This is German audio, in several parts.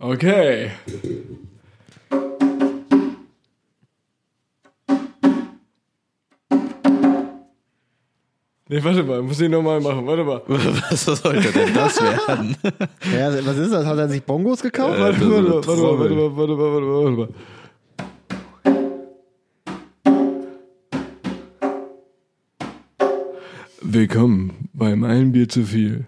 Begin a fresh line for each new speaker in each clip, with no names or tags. Okay. Nee, warte mal, muss ich nochmal machen, warte mal.
Was sollte denn das werden?
Ja, was ist das? Hat er sich Bongos gekauft?
Äh.
Warte,
so eine
warte, warte, mal, warte,
Trommel.
mal, warte, mal, warte, mal, warte, mal. Willkommen beim Ein Bier zu viel.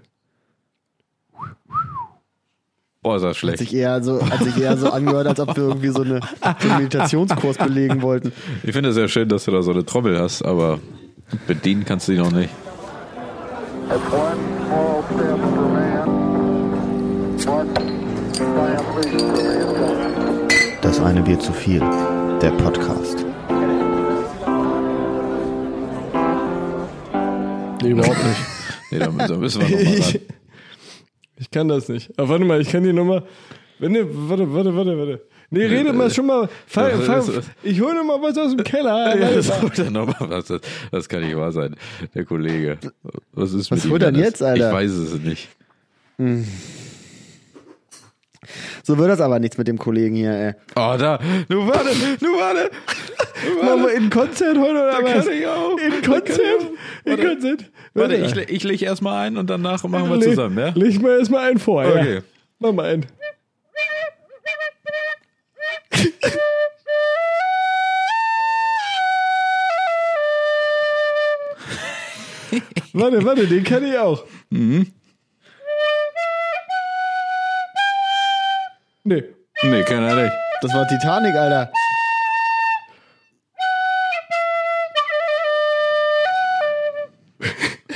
Boah, ist das
Hat sich
schlecht.
eher so, hat sich eher so angehört, als ob wir irgendwie so, eine, so einen Meditationskurs belegen wollten.
Ich finde es sehr schön, dass du da so eine Trommel hast, aber bedienen kannst du die noch nicht.
That's one small step for man, one giant leap for mankind.
Das eine Bier zu viel. Der Podcast.
Nee, überhaupt nicht.
Nee, da müssen da müssen wir nochmal ran.
Ich kann das nicht. Aber warte mal, ich kann die nochmal. Wenn ihr. Warte, warte, warte, warte. Nee, äh, rede mal schon mal. Fall,
das-
fall,
das-
ich hole mal was aus dem Keller.
Ja, das holt er nochmal was. Das, das kann nicht wahr sein. Der Kollege. Was ist
Was
mit ihm
holt er denn
denn?
jetzt, Alter?
Ich weiß es nicht.
So wird das aber nichts mit dem Kollegen hier, ey.
Oh, da. Nur warte, nur warte. Nur
Machen
warte.
wir in Konzert holen oder
Da
was?
kann ich auch.
In
Da kann ich
Konzert?
auch.
In
Warte.
Konzert?
Warte, ich, le- ich lege erstmal ein und danach machen wir
Le-
zusammen, ja?
Leg mal erstmal einen vor. Ja.
Okay.
Mach mal einen. warte, warte, den kann ich auch. Mhm. Nee.
Nee, kann er nicht.
Das war Titanic, Alter.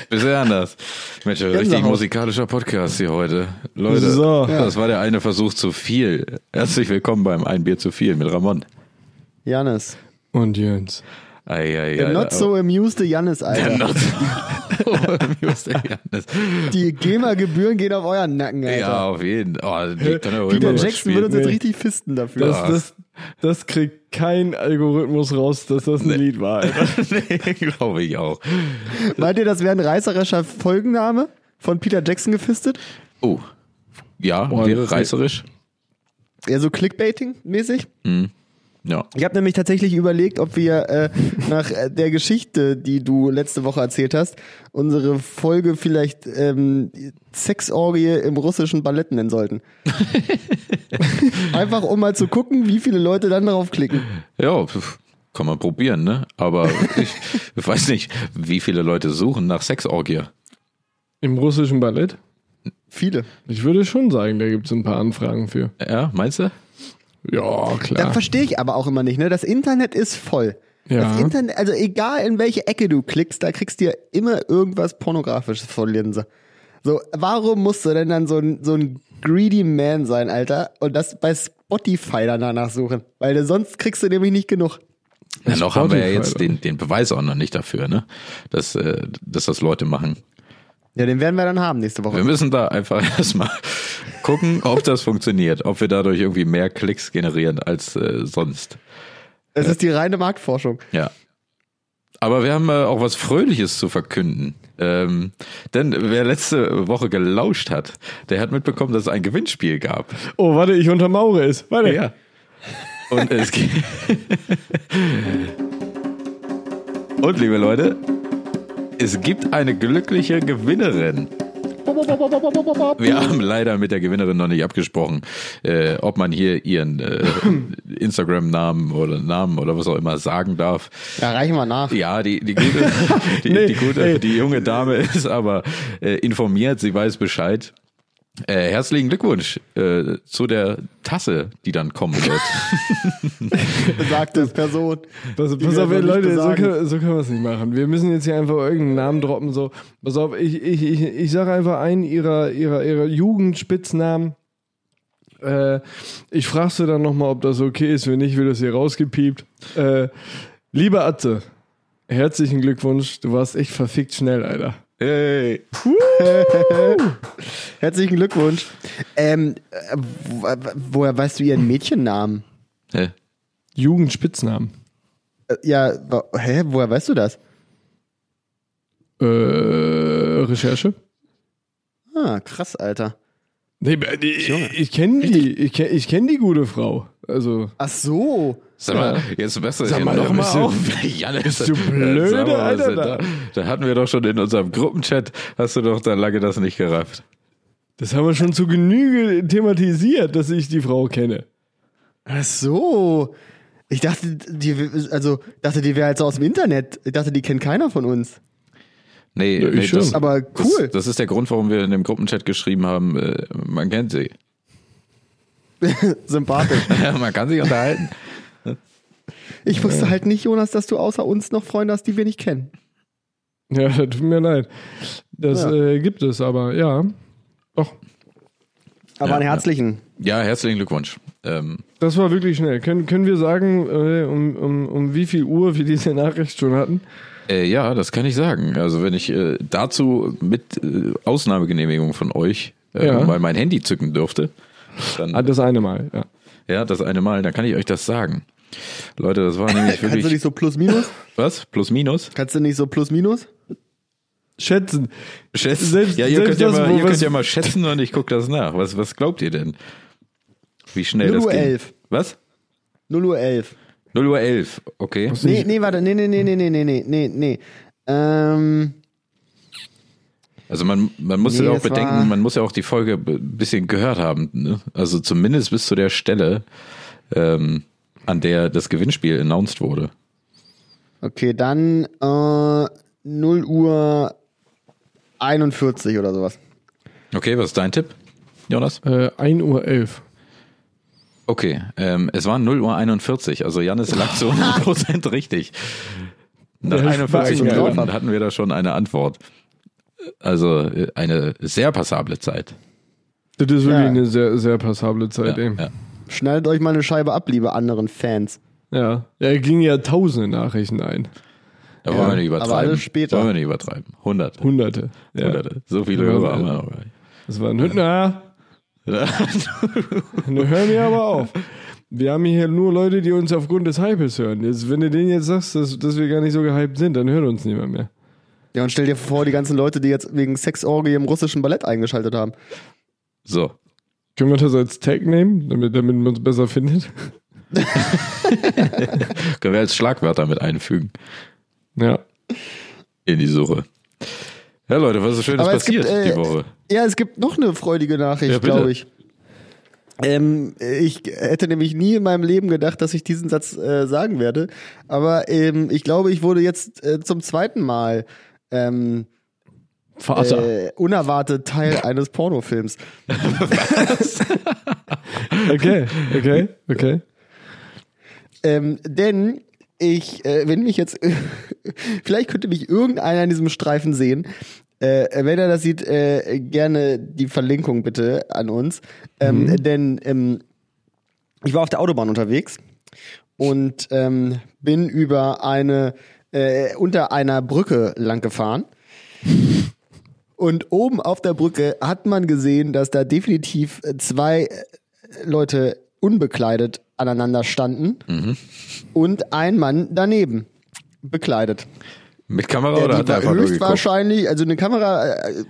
Bisher anders. Mensch, ein richtig
Gänsehaut.
musikalischer Podcast hier heute. Leute,
So.
das war der eine Versuch zu viel. Herzlich willkommen beim Ein Bier zu viel mit Ramon.
Janis.
Und Jöns.
Ei, ei,
Der
ei,
not so amused Janis,
Der
Alter.
not so. Just der Janis.
Die GEMA-Gebühren gehen auf euren Nacken, Alter.
ja, auf jeden Fall. Oh, liegt dann auch
Peter
immer was
Jackson wird uns jetzt
Nee.
richtig fisten dafür.
Das, das, das kriegt kein Algorithmus raus, dass das ein Lied war. Alter.
spielt. nee, glaube ich auch.
Meint ihr, das wäre ein reißerischer Folgenname? Von Peter Jackson gefistet?
Oh. Ja, wäre reißerisch.
Eher so Clickbaiting-mäßig?
Ja.
Ich habe nämlich tatsächlich überlegt, ob wir äh, nach äh, der Geschichte, die du letzte Woche erzählt hast, unsere Folge vielleicht ähm, Sexorgie im russischen Ballett nennen sollten. Einfach um mal zu gucken, wie viele Leute dann draufklicken.
Ja, pf, kann man probieren, ne? Aber ich weiß nicht, wie viele Leute suchen nach Sexorgie.
Im russischen Ballett?
Viele.
Ich würde schon sagen, da gibt es ein paar Anfragen für.
Ja, meinst du?
Ja,
Das
klar.
verstehe ich aber auch immer nicht. Ne? Das Internet ist voll.
Ja.
Das Internet, also egal in welche Ecke du klickst, da kriegst du ja immer irgendwas Pornografisches von Linse. So, warum musst du denn dann so ein, so ein greedy Man sein, Alter? Und das bei Spotify dann danach suchen. Weil du sonst kriegst du nämlich nicht genug.
Ja, noch haben wir ja
Spotify,
jetzt
oder?
den, den Beweis auch noch nicht dafür, ne? Dass, äh, dass das Leute machen.
Ja, den werden wir dann haben nächste
Wir
Woche.
müssen da einfach erstmal gucken, ob das funktioniert, ob wir dadurch irgendwie mehr Klicks generieren als äh, sonst.
Es ist die reine Marktforschung.
Ja. Aber wir haben äh, auch was Fröhliches zu verkünden. Ähm, denn wer letzte Woche gelauscht hat, der hat mitbekommen, dass es ein Gewinnspiel gab.
Oh, warte, ich untermauere es. Warte.
Ja. Und es geht. Und liebe Leute, es gibt eine glückliche Gewinnerin. Wir haben leider mit der Gewinnerin noch nicht abgesprochen, äh, ob man hier ihren äh, Instagram-Namen oder Namen oder was auch immer sagen darf.
Ja, reichen wir nach.
Ja, die, die gute, die, die, gute die junge Dame ist aber äh, informiert, sie weiß Bescheid. Äh, herzlichen Glückwunsch äh, zu der Tasse, die dann kommen wird.
Besagte Person.
Pass,
Die
pass
wir
auf,
noch
ey,
nicht
Leute, so
besagen.
können, so können wir es nicht machen. Wir müssen jetzt hier einfach irgendeinen Namen droppen. So, pass auf, ich, ich, ich, ich sage einfach einen ihrer, ihrer, ihrer Jugendspitznamen. Äh, ich frage sie dann nochmal, ob das okay ist. Wenn nicht, wird das hier rausgepiept. Äh, liebe Atze, herzlichen Glückwunsch. Du warst echt verfickt schnell, Alter.
hey.
Herzlichen Glückwunsch. Ähm, äh, wo, woher weißt du ihren Mädchennamen?
Hä?
Jugendspitznamen.
Äh, Ja, wa- hä, woher weißt du das?
Äh, Recherche?
Ah, krass, Alter.
Nee, ich ich kenne die, ich kenne ich kenn die gute Frau. Also,
Ach so.
Sag mal, jetzt besser
Sag mal,
noch
da
mal
bist du-
auf. Ja, das-
bist du blöde,
Sag mal,
Alter,
also
da-
Da, da hatten wir doch schon in unserem Gruppenchat, hast du doch dann lange das nicht gerafft.
das haben wir schon zu Genüge thematisiert, dass ich die Frau kenne.
Ach so. Ich dachte, die, also, dachte, die wäre halt so aus dem Internet. Ich dachte, die kennt keiner von uns.
Nee,
Ja, ich
nee
schon.
das,
Aber cool.
Das, das ist der Grund, warum wir in dem Gruppenchat geschrieben haben, äh, man kennt sie.
Sympathisch.
man kann sich unterhalten.
Ich wusste halt nicht, Jonas, dass du außer uns noch Freunde hast, die wir nicht kennen.
Ja, tut mir leid. Das
Ja.
äh, gibt es, aber ja. Doch,
Aber
Ja,
einen herzlichen.
Ja, herzlichen Glückwunsch. Ähm,
das war wirklich schnell. Können, können wir sagen, äh, um, um, um wie viel Uhr wir diese Nachricht schon hatten?
Äh, ja, das kann ich sagen. Also wenn ich äh, dazu mit äh, Ausnahmegenehmigung von euch äh,
Ja.
mal mein Handy zücken dürfte, dann
Ah, das eine Mal, ja.
ja das eine Mal, dann kann ich euch das sagen. Leute, das war nämlich
Kannst du
wirklich
nicht so plus minus?
was plus minus.
Kannst du nicht so plus minus?
Schätzen.
Schätzen.
Selbst-
ja, ihr
selbst
könnt ja,
das,
mal,
wo
ihr könnt
was-
ja mal schätzen und ich gucke das nach. Was was glaubt ihr denn? Wie schnell
0
das
Uhr
ging?
11.
Was?
0 Uhr 11.
0 Uhr 11. Okay.
Nee, nee, warte. Nee, nee, nee, nee, nee, nee, nee, nee. Ähm,
Also man, man muss
Nee,
ja auch
das war-
bedenken, man muss ja auch die Folge b- ein bisschen gehört haben. Ne? Also zumindest bis zu der Stelle, ähm, an der das Gewinnspiel announced wurde.
okay, dann äh, 0 Uhr 41 oder sowas.
Okay, was ist dein Tipp, Jonas?
Äh, 1 Uhr 11.
Okay, ähm, es war 0 Uhr 41, also Janis lag zu 100% richtig. Nach
Ja, ich
41
war eigentlich
Minuten
drauf.
hatten wir da schon eine Antwort. Also äh, eine sehr passable Zeit.
Das ist wirklich
Ja.
eine sehr, sehr passable
Ja,
Zeit eben.
ja.
Schneidet euch mal eine Scheibe ab, liebe anderen Fans.
Ja, da gingen ja tausende Nachrichten ein.
Da wollen wir nicht
aber
übertreiben.
alles später.
Wollen wir nicht übertreiben. Hunderte.
Hunderte. Ja.
Hunderte. So viele
Ja.
Hörer haben wir noch gar nicht.
Das war ein Hüttner. Ne, hör mir aber auf. Wir haben hier nur Leute, die uns aufgrund des Hypes hören. Jetzt, wenn du denen jetzt sagst, dass, dass wir gar nicht so gehypt sind, dann hört uns niemand mehr.
Ja, und stell dir vor, die ganzen Leute, die jetzt wegen Sexorgie im russischen Ballett eingeschaltet haben.
So.
Können wir das als Tag nehmen, damit, damit man uns besser findet?
Können wir als Schlagwörter mit einfügen
Ja.
in die Suche. Ja, Leute, was ist Schönes
Aber es
passiert
gibt, äh,
die Woche?
Ja, es gibt noch eine freudige Nachricht,
Ja, bitte.
glaube ich. Ähm, ich hätte nämlich nie in meinem Leben gedacht, dass ich diesen Satz äh, sagen werde. Aber ähm, ich glaube, ich wurde jetzt äh, zum zweiten Mal ähm,
Vater.
äh, unerwartet Teil eines Pornofilms.
Okay, okay, okay.
Ähm, denn ich, äh, wenn mich jetzt, vielleicht könnte mich irgendeiner in diesem Streifen sehen. Äh, wenn er das sieht, äh, gerne die Verlinkung bitte an uns. Ähm, Denn ähm, ich war auf der Autobahn unterwegs und ähm, bin über eine, äh, unter einer Brücke lang gefahren. Und oben auf der Brücke hat man gesehen, dass da definitiv äh, zwei äh, Leute unbekleidet aneinander standen und ein Mann daneben bekleidet.
Mit Kamera oder
Ja,
Oh, hat er
die war
einfach nur geguckt?
höchstwahrscheinlich, also eine Kamera, äh,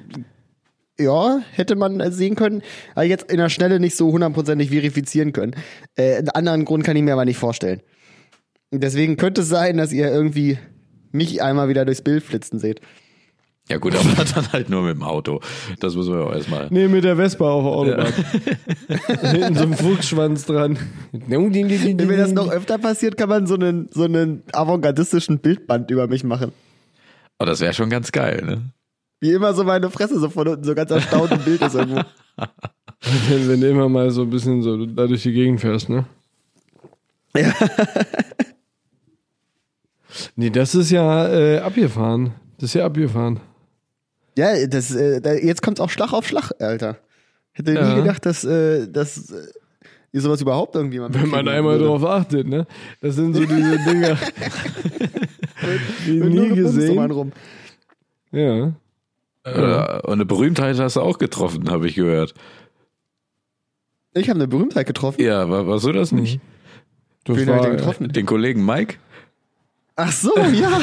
ja, hätte man äh, sehen können, aber jetzt in der Schnelle nicht so hundertprozentig verifizieren können. Äh, einen anderen Grund kann ich mir aber nicht vorstellen. Und Deswegen könnte es sein, dass ihr irgendwie mich einmal wieder durchs Bild flitzen seht.
Ja gut, aber dann halt nur mit dem Auto. Das müssen wir auch erstmal.
Nee, mit der Vespa auf der Autobahn. Hinten so ein Fuchsschwanz dran.
Wenn mir das noch öfter passiert, kann man so einen, so einen avantgardistischen Bildband über mich machen.
Oh, das wäre schon ganz geil, ne?
Wie immer so meine Fresse so von unten so ganz erstaunt im Bild ist irgendwo.
Wenn, wenn du immer mal so ein bisschen so da durch die Gegend fährst, ne?
Ja.
Nee, das ist ja äh, abgefahren. Das ist ja abgefahren.
Ja, das, äh, da, jetzt kommt's auch Schlag auf Schlag, Alter. Hätte
Ja.
nie gedacht, dass, äh, dass äh, ihr sowas überhaupt irgendwie mal
Wenn man
mitkriegen
einmal
würde.
drauf achtet, ne? Das sind so diese Dinger. die
Wird nur
nie
gebumst um einen
gesehen.
Rum.
Ja.
Äh, Und eine Berühmtheit hast du auch getroffen, habe ich gehört.
Ich habe eine Berühmtheit getroffen.
Ja, war, warst du das nicht?
Das
Wen hab ich denn getroffen?
Den Kollegen Mike?
Ach so, ja.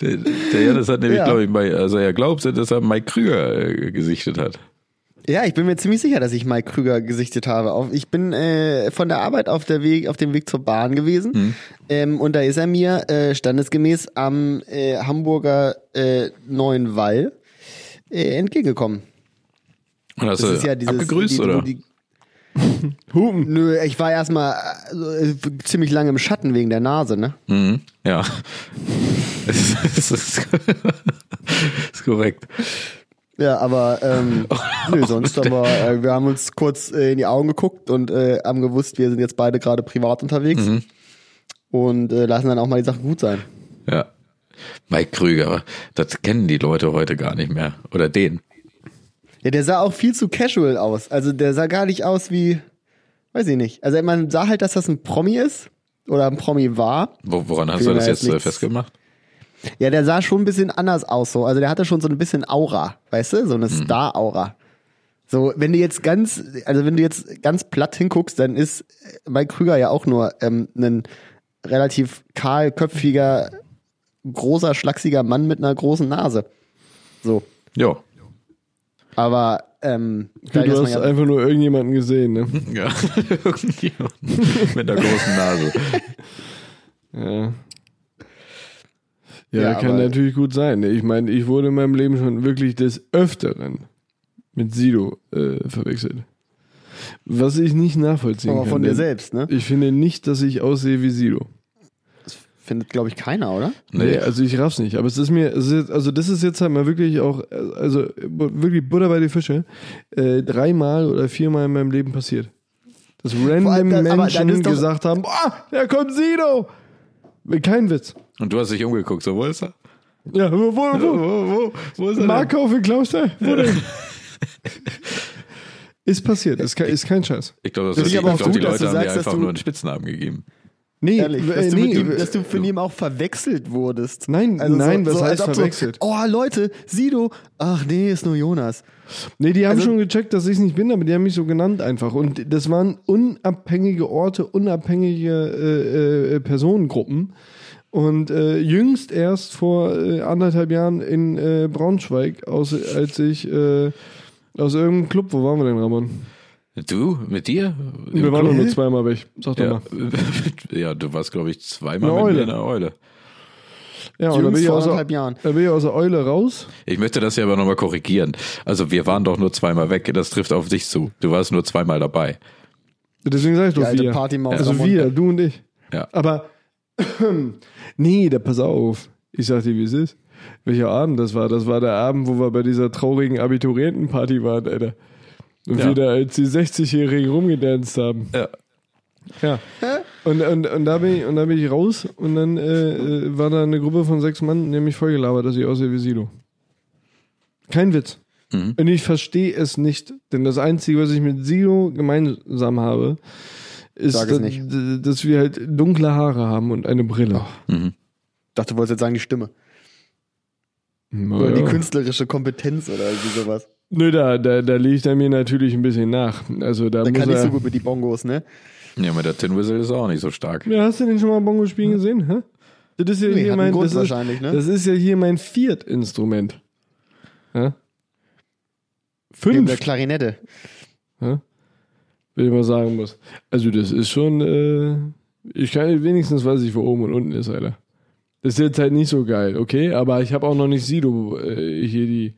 Der, der Janis hat nämlich,
Ja.
glaube ich, bei, also er glaubt, dass er Mike Krüger äh, gesichtet hat.
Ja, ich bin mir ziemlich sicher, dass ich Mike Krüger gesichtet habe. Auf- Ich bin äh, von der Arbeit auf, der Weg, auf dem Weg zur Bahn gewesen
Hm.
ähm, und da ist er mir äh, standesgemäß am äh, Hamburger äh, Neuen Wall äh, entgegengekommen.
Und hast du abgegrüßt,
die- die-
oder?
die-
Hupen.
nö, ich war erstmal äh, ziemlich lange im Schatten wegen der Nase, ne?
Mhm. Ja. Das ist, das ist, ist korrekt.
Ja, aber ähm,
Oh,
nö, sonst aber äh, wir haben uns kurz äh, in die Augen geguckt und äh, haben gewusst, wir sind jetzt beide gerade privat unterwegs
Mhm.
und äh, lassen dann auch mal die Sachen gut sein.
Ja. Mike Krüger, das kennen die Leute heute gar nicht mehr. Oder den.
Ja, der sah auch viel zu casual aus. Also der sah gar nicht aus wie, weiß ich nicht. Also man sah halt, dass das ein Promi ist oder ein Promi war.
Wo- Woran hast
Krüger
du das
ist
jetzt äh,
nichts.
festgemacht?
Ja, der sah schon ein bisschen anders aus so. Also der hatte schon so ein bisschen Aura, weißt du? So eine
Mhm.
Star-Aura. So, wenn du jetzt ganz, also wenn du jetzt ganz platt hinguckst, dann ist Mike Krüger ja auch nur ähm, ein relativ kahlköpfiger, großer, schlachsiger Mann mit einer großen Nase. So.
Jo.
Aber ähm, da
Du
ist man
hast einfach nur irgendjemanden gesehen, ne?
Ja. Irgendjemand mit der großen Nase.
Ja. Ja,
Ja,
kann
aber-
natürlich gut sein. Ich meine, ich wurde in meinem Leben schon wirklich des Öfteren mit Sido äh, verwechselt. Was ich nicht nachvollziehen
aber
kann.
von dir
denn
selbst, ne?
Ich finde nicht, dass ich aussehe wie Sido.
Findet, glaube ich, keiner, oder?
Nee.
Nee.
also ich raff's nicht. Aber es ist mir, es ist jetzt, also das ist jetzt halt mal wirklich auch, äh, also äh, wirklich Butter bei die Fische, äh, dreimal oder viermal in meinem Leben passiert. Dass random
allem, da- aber
Menschen
dann ist doch-
gesagt haben, boah, da kommt Sido! Kein Witz.
Und du hast dich umgeguckt, so, wo ist er?
Ja, wo, wo, wo,
Wo, wo, wo ist er? denn?
Marco für Klaustein? Wo denn? ist passiert, ist, ke ist kein Scheiß.
Ich glaube, das
Finde
ist
ich aber
ich
auch
glaub,
gut,
die
dass
Leute
du
haben dir
sagst, dass
einfach
du-
nur einen Spitznamen gegeben.
Nee,
Ehrlich, dass,
äh,
du mit
nee,
ihm,
äh,
dass du von ihm auch verwechselt wurdest.
Nein, nein, was heißt
ob
verwechselt?
So, oh, Leute, Sido, ach nee, ist nur Jonas.
nee, die haben
also-
schon gecheckt, dass ich nicht bin, aber die haben mich so genannt einfach. Und das waren unabhängige Orte, unabhängige äh, äh, Personengruppen. Und äh, jüngst erst vor äh, anderthalb Jahren in äh, Braunschweig, aus, als ich äh, aus irgendeinem Club, wo waren wir denn, Ramon?
Du? Mit dir?
Wir
Im
waren doch
Club?
nur zweimal weg, sag doch mal.
ja. ja, du warst, glaube ich, zweimal
Eine
mit mir
Eule.
in der Eule.
Ja, und
Jüngst
da bin, ich
vor
aus der,
anderthalb Jahren.
da bin ich aus der Eule raus.
Ich möchte das ja aber nochmal korrigieren. Also wir waren doch nur zweimal weg. Das trifft auf dich zu. Du warst nur zweimal dabei.
Deswegen sag ich
Die
doch
alte
wir.
Partymaus
also
am
wir,
Montag.
du und ich.
Ja.
Aber nee, da pass auf. Ich sag dir, wie es ist. Welcher Abend das war? Das war der Abend, wo wir bei dieser traurigen Abiturientenparty waren, Alter. Und
Ja.
wir da als die 60-Jährigen rumgedanzt haben.
Ja.
Ja. Und, und, und, da bin ich, und da bin ich raus und dann äh, äh, war da eine Gruppe von sechs Mann, nämlich vollgelabert, dass ich aussehe wie Silo. Kein Witz.
Mhm.
Und ich verstehe es nicht, denn das Einzige, was ich mit Silo gemeinsam habe, ist,
Sag es
dass,
nicht. Oh.
dass wir halt dunkle Haare haben und eine Brille.
Mhm.
Ich dachte, du wolltest jetzt sagen, die Stimme. Oder die künstlerische Kompetenz oder irgendwie sowas.
Nö, da, da, da liegt er mir natürlich ein bisschen nach. Also da,
Da
muss
kann
er,
ich so gut mit die Bongos, ne?
Ja, mit der Tin Whistle ist er auch nicht so stark.
Ja, hast du den schon mal Bongo spielen gesehen? Hä? Das ist ja
Hm. Nee, hat
hier
einen
mein,
Grund
das ist,
wahrscheinlich, ne?
das ist ja hier mein Viertinstrument. Ja?
Neben
Fünf,
der Klarinette.
will ich mal sagen muss. Also das ist schon, äh, ich kann wenigstens weiß ich, wo oben und unten ist, Alter. Das ist jetzt halt nicht so geil, okay? Aber ich habe auch noch nicht Sido äh, hier die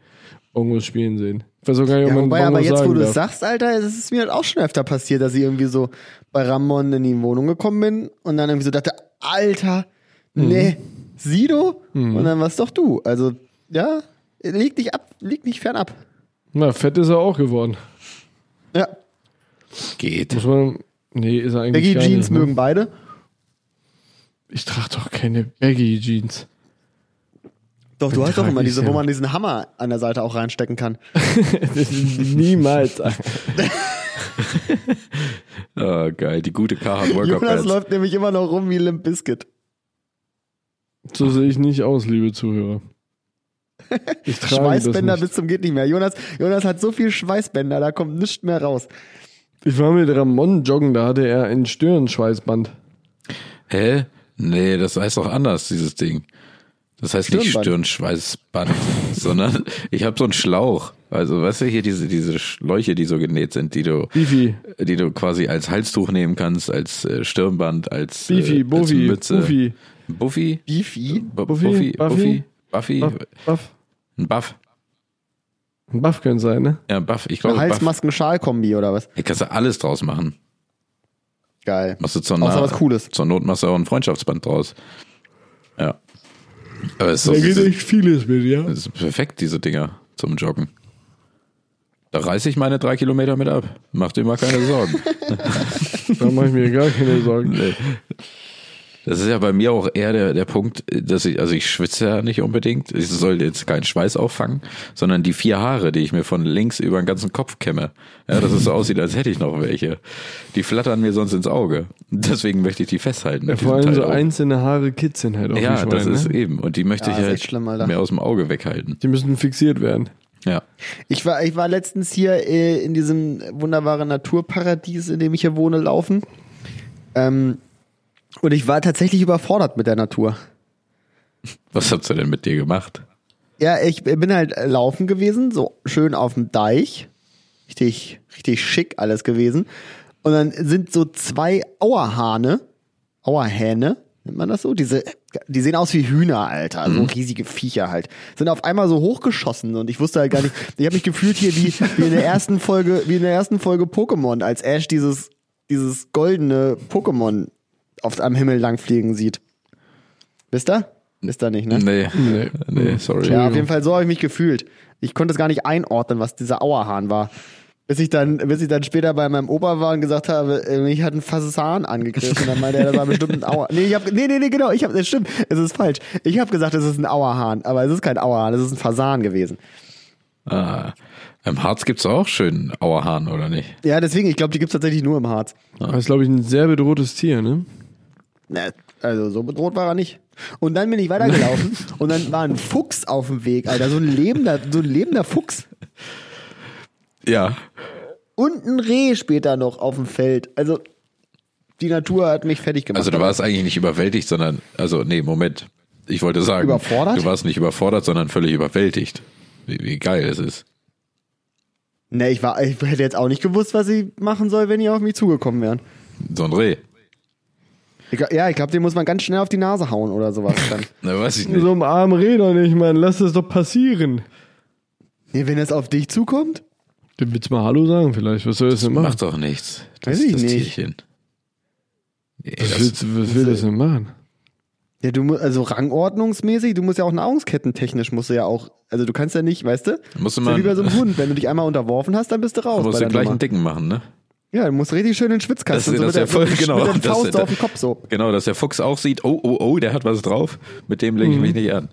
Bongos spielen sehen. Ich weiß auch gar nicht, ob
Ja,
man
wobei,
Bongos
aber jetzt, wo
sagen
du es
darf.
sagst, Alter, es ist mir halt auch schon öfter passiert, dass ich irgendwie so bei Ramon in die Wohnung gekommen bin und dann irgendwie so dachte, Alter,
Mhm.
nee, Sido? Und dann war es doch du. Also, ja, leg dich ab, leg nicht fern ab.
Na, fett ist er auch geworden.
Ja,
Geht.
Muss man, nee, ist er eigentlich
Baggy
gar
Jeans
nicht, ne?
mögen beide.
Ich trage doch keine Baggy Jeans.
Doch, du hast doch
trag
immer
ich
diese,
ja.
wo man diesen Hammer an der Seite auch reinstecken kann.
Niemals.
Ah, geil. Die gute K hat
Jonas
Workout
läuft nämlich immer noch rum wie Limp Bizkit.
So sehe ich nicht aus, liebe Zuhörer. Ich trage
Schweißbänder
das nicht.
bis zum geht nicht mehr. Jonas, Jonas hat so viel Schweißbänder, da kommt nichts mehr raus.
Ich war mit Ramon joggen, da hatte er ein Stirnschweißband.
Hä? Nee, das heißt doch anders, dieses Ding. Das heißt nicht
Stirnband.
Stirnschweißband, sondern ich habe so einen Schlauch. Also, weißt du, hier diese, diese Schläuche, die so genäht sind, die du,
Bifi.
die du quasi als Halstuch nehmen kannst, als äh, Stirnband, als,
Bifi,
äh, als
Bofi,
Mütze.
Buffy.
Buffy?
Beefy?
Bu-
Buffy,
Buffy? Buffy?
Buffy?
Buffy?
Buff, Buff.
Ein Buff.
Ein Buff könnte sein, ne?
Ja, Buff. Ich
Eine
glaube, Buff.
Halsmasken-Schal-Kombi oder was?
Hier kannst du alles draus machen.
Geil.
Machst du zur,
Außer
Na-
was Cooles.
zur Not machst du auch ein Freundschaftsband draus. Ja. Aber es ist,
Da
doch-
geht
es
echt vieles mit, ja?
ist perfekt, diese Dinger zum Joggen. Da reiße ich meine drei Kilometer mit ab. Mach dir mal keine Sorgen.
Da mache ich mir gar keine Sorgen.
Das ist ja bei mir auch eher der, der Punkt, dass ich, also ich schwitze ja nicht unbedingt. Ich soll jetzt keinen Schweiß auffangen, sondern die vier Haare, die ich mir von links über den ganzen Kopf kämme. Ja, dass es so aussieht, als hätte ich noch welche. Die flattern mir sonst ins Auge. Deswegen möchte ich die festhalten.
Ja,
mit
vor
diesem
allem so
Teil oben.
einzelne Haare kitzeln halt auch
Ja,
die Schweine,
das ist
ne?
eben. Und die möchte
Ja,
ich
ist
halt
echt schlimm, Alter.
mehr aus dem Auge weghalten.
Die müssen fixiert werden.
Ja.
Ich war, ich war letztens hier äh, in diesem wunderbaren Naturparadies, in dem ich hier wohne, laufen. Ähm, und ich war tatsächlich überfordert mit der Natur.
Was hast du denn mit dir gemacht?
Ja, ich bin halt laufen gewesen, so schön auf dem Deich. Richtig, richtig schick alles gewesen. Und dann sind so zwei Auerhahne, Auerhähne, nennt man das so? Diese, die sehen aus wie Hühner, Alter. So riesige Viecher halt. Sind auf einmal so hochgeschossen und ich wusste halt gar nicht. Ich habe mich gefühlt hier wie, wie in der ersten Folge, wie in der ersten Folge Pokémon, als Ash dieses, dieses goldene Pokémon auf, am Himmel langfliegen sieht. Wisst ihr? Wisst ihr nicht,
Hm?
ne?
Nee. Nee, sorry.
Ja, auf jeden Fall so habe ich mich gefühlt. Ich konnte es gar nicht einordnen, was dieser Auerhahn war. Bis ich dann, bis ich dann später bei meinem Opa war und gesagt habe, äh, mich hat ein Fasan angegriffen. Dann meinte er, das war bestimmt ein Auer. Nee, ich hab, nee, nee, nee, genau, ich habe, das stimmt, es ist falsch. Ich habe gesagt, es ist ein Auerhahn, aber es ist kein Auerhahn, es ist ein Fasan gewesen.
Ah, Im Harz gibt's auch schönen Auerhahn, oder nicht?
Ja, deswegen, ich glaube, die gibt's tatsächlich nur im Harz.
Das ist, glaube ich, ein sehr bedrohtes Tier, ne?
Na, also so bedroht war er nicht. Und dann bin ich weitergelaufen und dann war ein Fuchs auf dem Weg, Alter, so ein lebender, so ein lebender Fuchs.
Ja.
und ein Reh später noch auf dem Feld. Also die Natur hat mich fertig gemacht.
Also du warst eigentlich nicht überwältigt, sondern, also nee, Moment. Ich wollte sagen,
Überfordert?
du warst nicht überfordert, sondern völlig überwältigt. Wie, wie geil es ist.
Ne, ich war, ich hätte jetzt auch nicht gewusst, was ich machen soll, wenn die auf mich zugekommen wären.
So ein Reh.
Ich, glaub- ja, ich glaube, den muss man ganz schnell auf die Nase hauen oder sowas dann.
Na, weiß ich nicht.
So einem armen Reh doch nicht, Mann. Lass das doch passieren.
nee, wenn das auf dich zukommt?
Dann willst du mal Hallo sagen vielleicht. Was soll das denn machen?
Macht doch nichts.
Weiß ich
das
nicht.
Tierchen. Nee,
Was,
das,
willst, was will das denn machen?
Ja, du musst, also rangordnungsmäßig, du musst ja auch nahrungskettentechnisch, musst du ja auch, also du kannst ja nicht, weißt du?
Musst du
Ist
mal-
ja wie bei so einem Hund, wenn du dich einmal unterworfen hast, dann bist du raus.
musst
bei
du
der
gleich einen
Nummer.
Dicken machen, ne?
ja, du musst richtig schön den
Das,
Schwitzkasten.
das,
so
das
mit
der
der,
voll,
mit,
genau.
Mit der
das-
Faust
das-
auf den Kopf so.
Genau, dass der Fuchs auch sieht, oh, oh, oh, der hat was drauf, mit dem lege ich mich nicht an.
Mhm.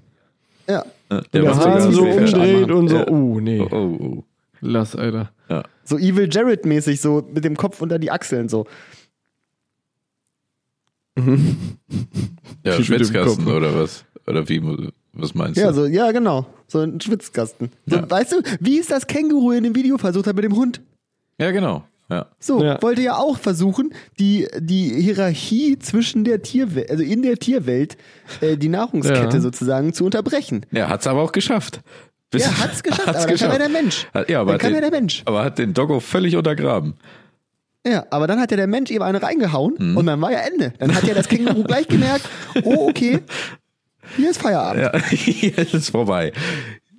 Ja.
Ne? Der
Der
macht
sogar
Hahn
ganz
so
viel Fett.
umdreht
anmachen.
und so.
Ja.
Oh, nee.
Oh, oh, oh.
Lass, Alter.
Ja.
So Evil Jared-mäßig, so mit dem Kopf unter die Achseln so.
ja
Typ mit dem
Schwitzkasten
Kopf.
oder was? Oder wie, mu- was meinst du?
Ja, so, ja, genau. So ein Schwitzkasten. So,
Ja.
Weißt du, wie es das Känguru in dem Video versucht hat mit dem Hund?
ja genau. Ja.
So,
Ja.
wollte ja auch versuchen, die, die Hierarchie zwischen der Tierwelt, also in der Tierwelt, äh, die Nahrungskette
Ja.
sozusagen zu unterbrechen.
Ja, hat's aber auch geschafft. Bis
Ja, hat's geschafft, aber dann kam ja der Mensch.
Hat, ja, aber
Dann
hat
kam
den,
ja der Mensch.
Aber hat den Doggo völlig untergraben.
Ja, aber dann hat ja der Mensch eben eine reingehauen und dann war ja Ende. Dann hat ja das Känguru gleich gemerkt, oh, okay, hier ist Feierabend.
Ja, jetzt ist vorbei.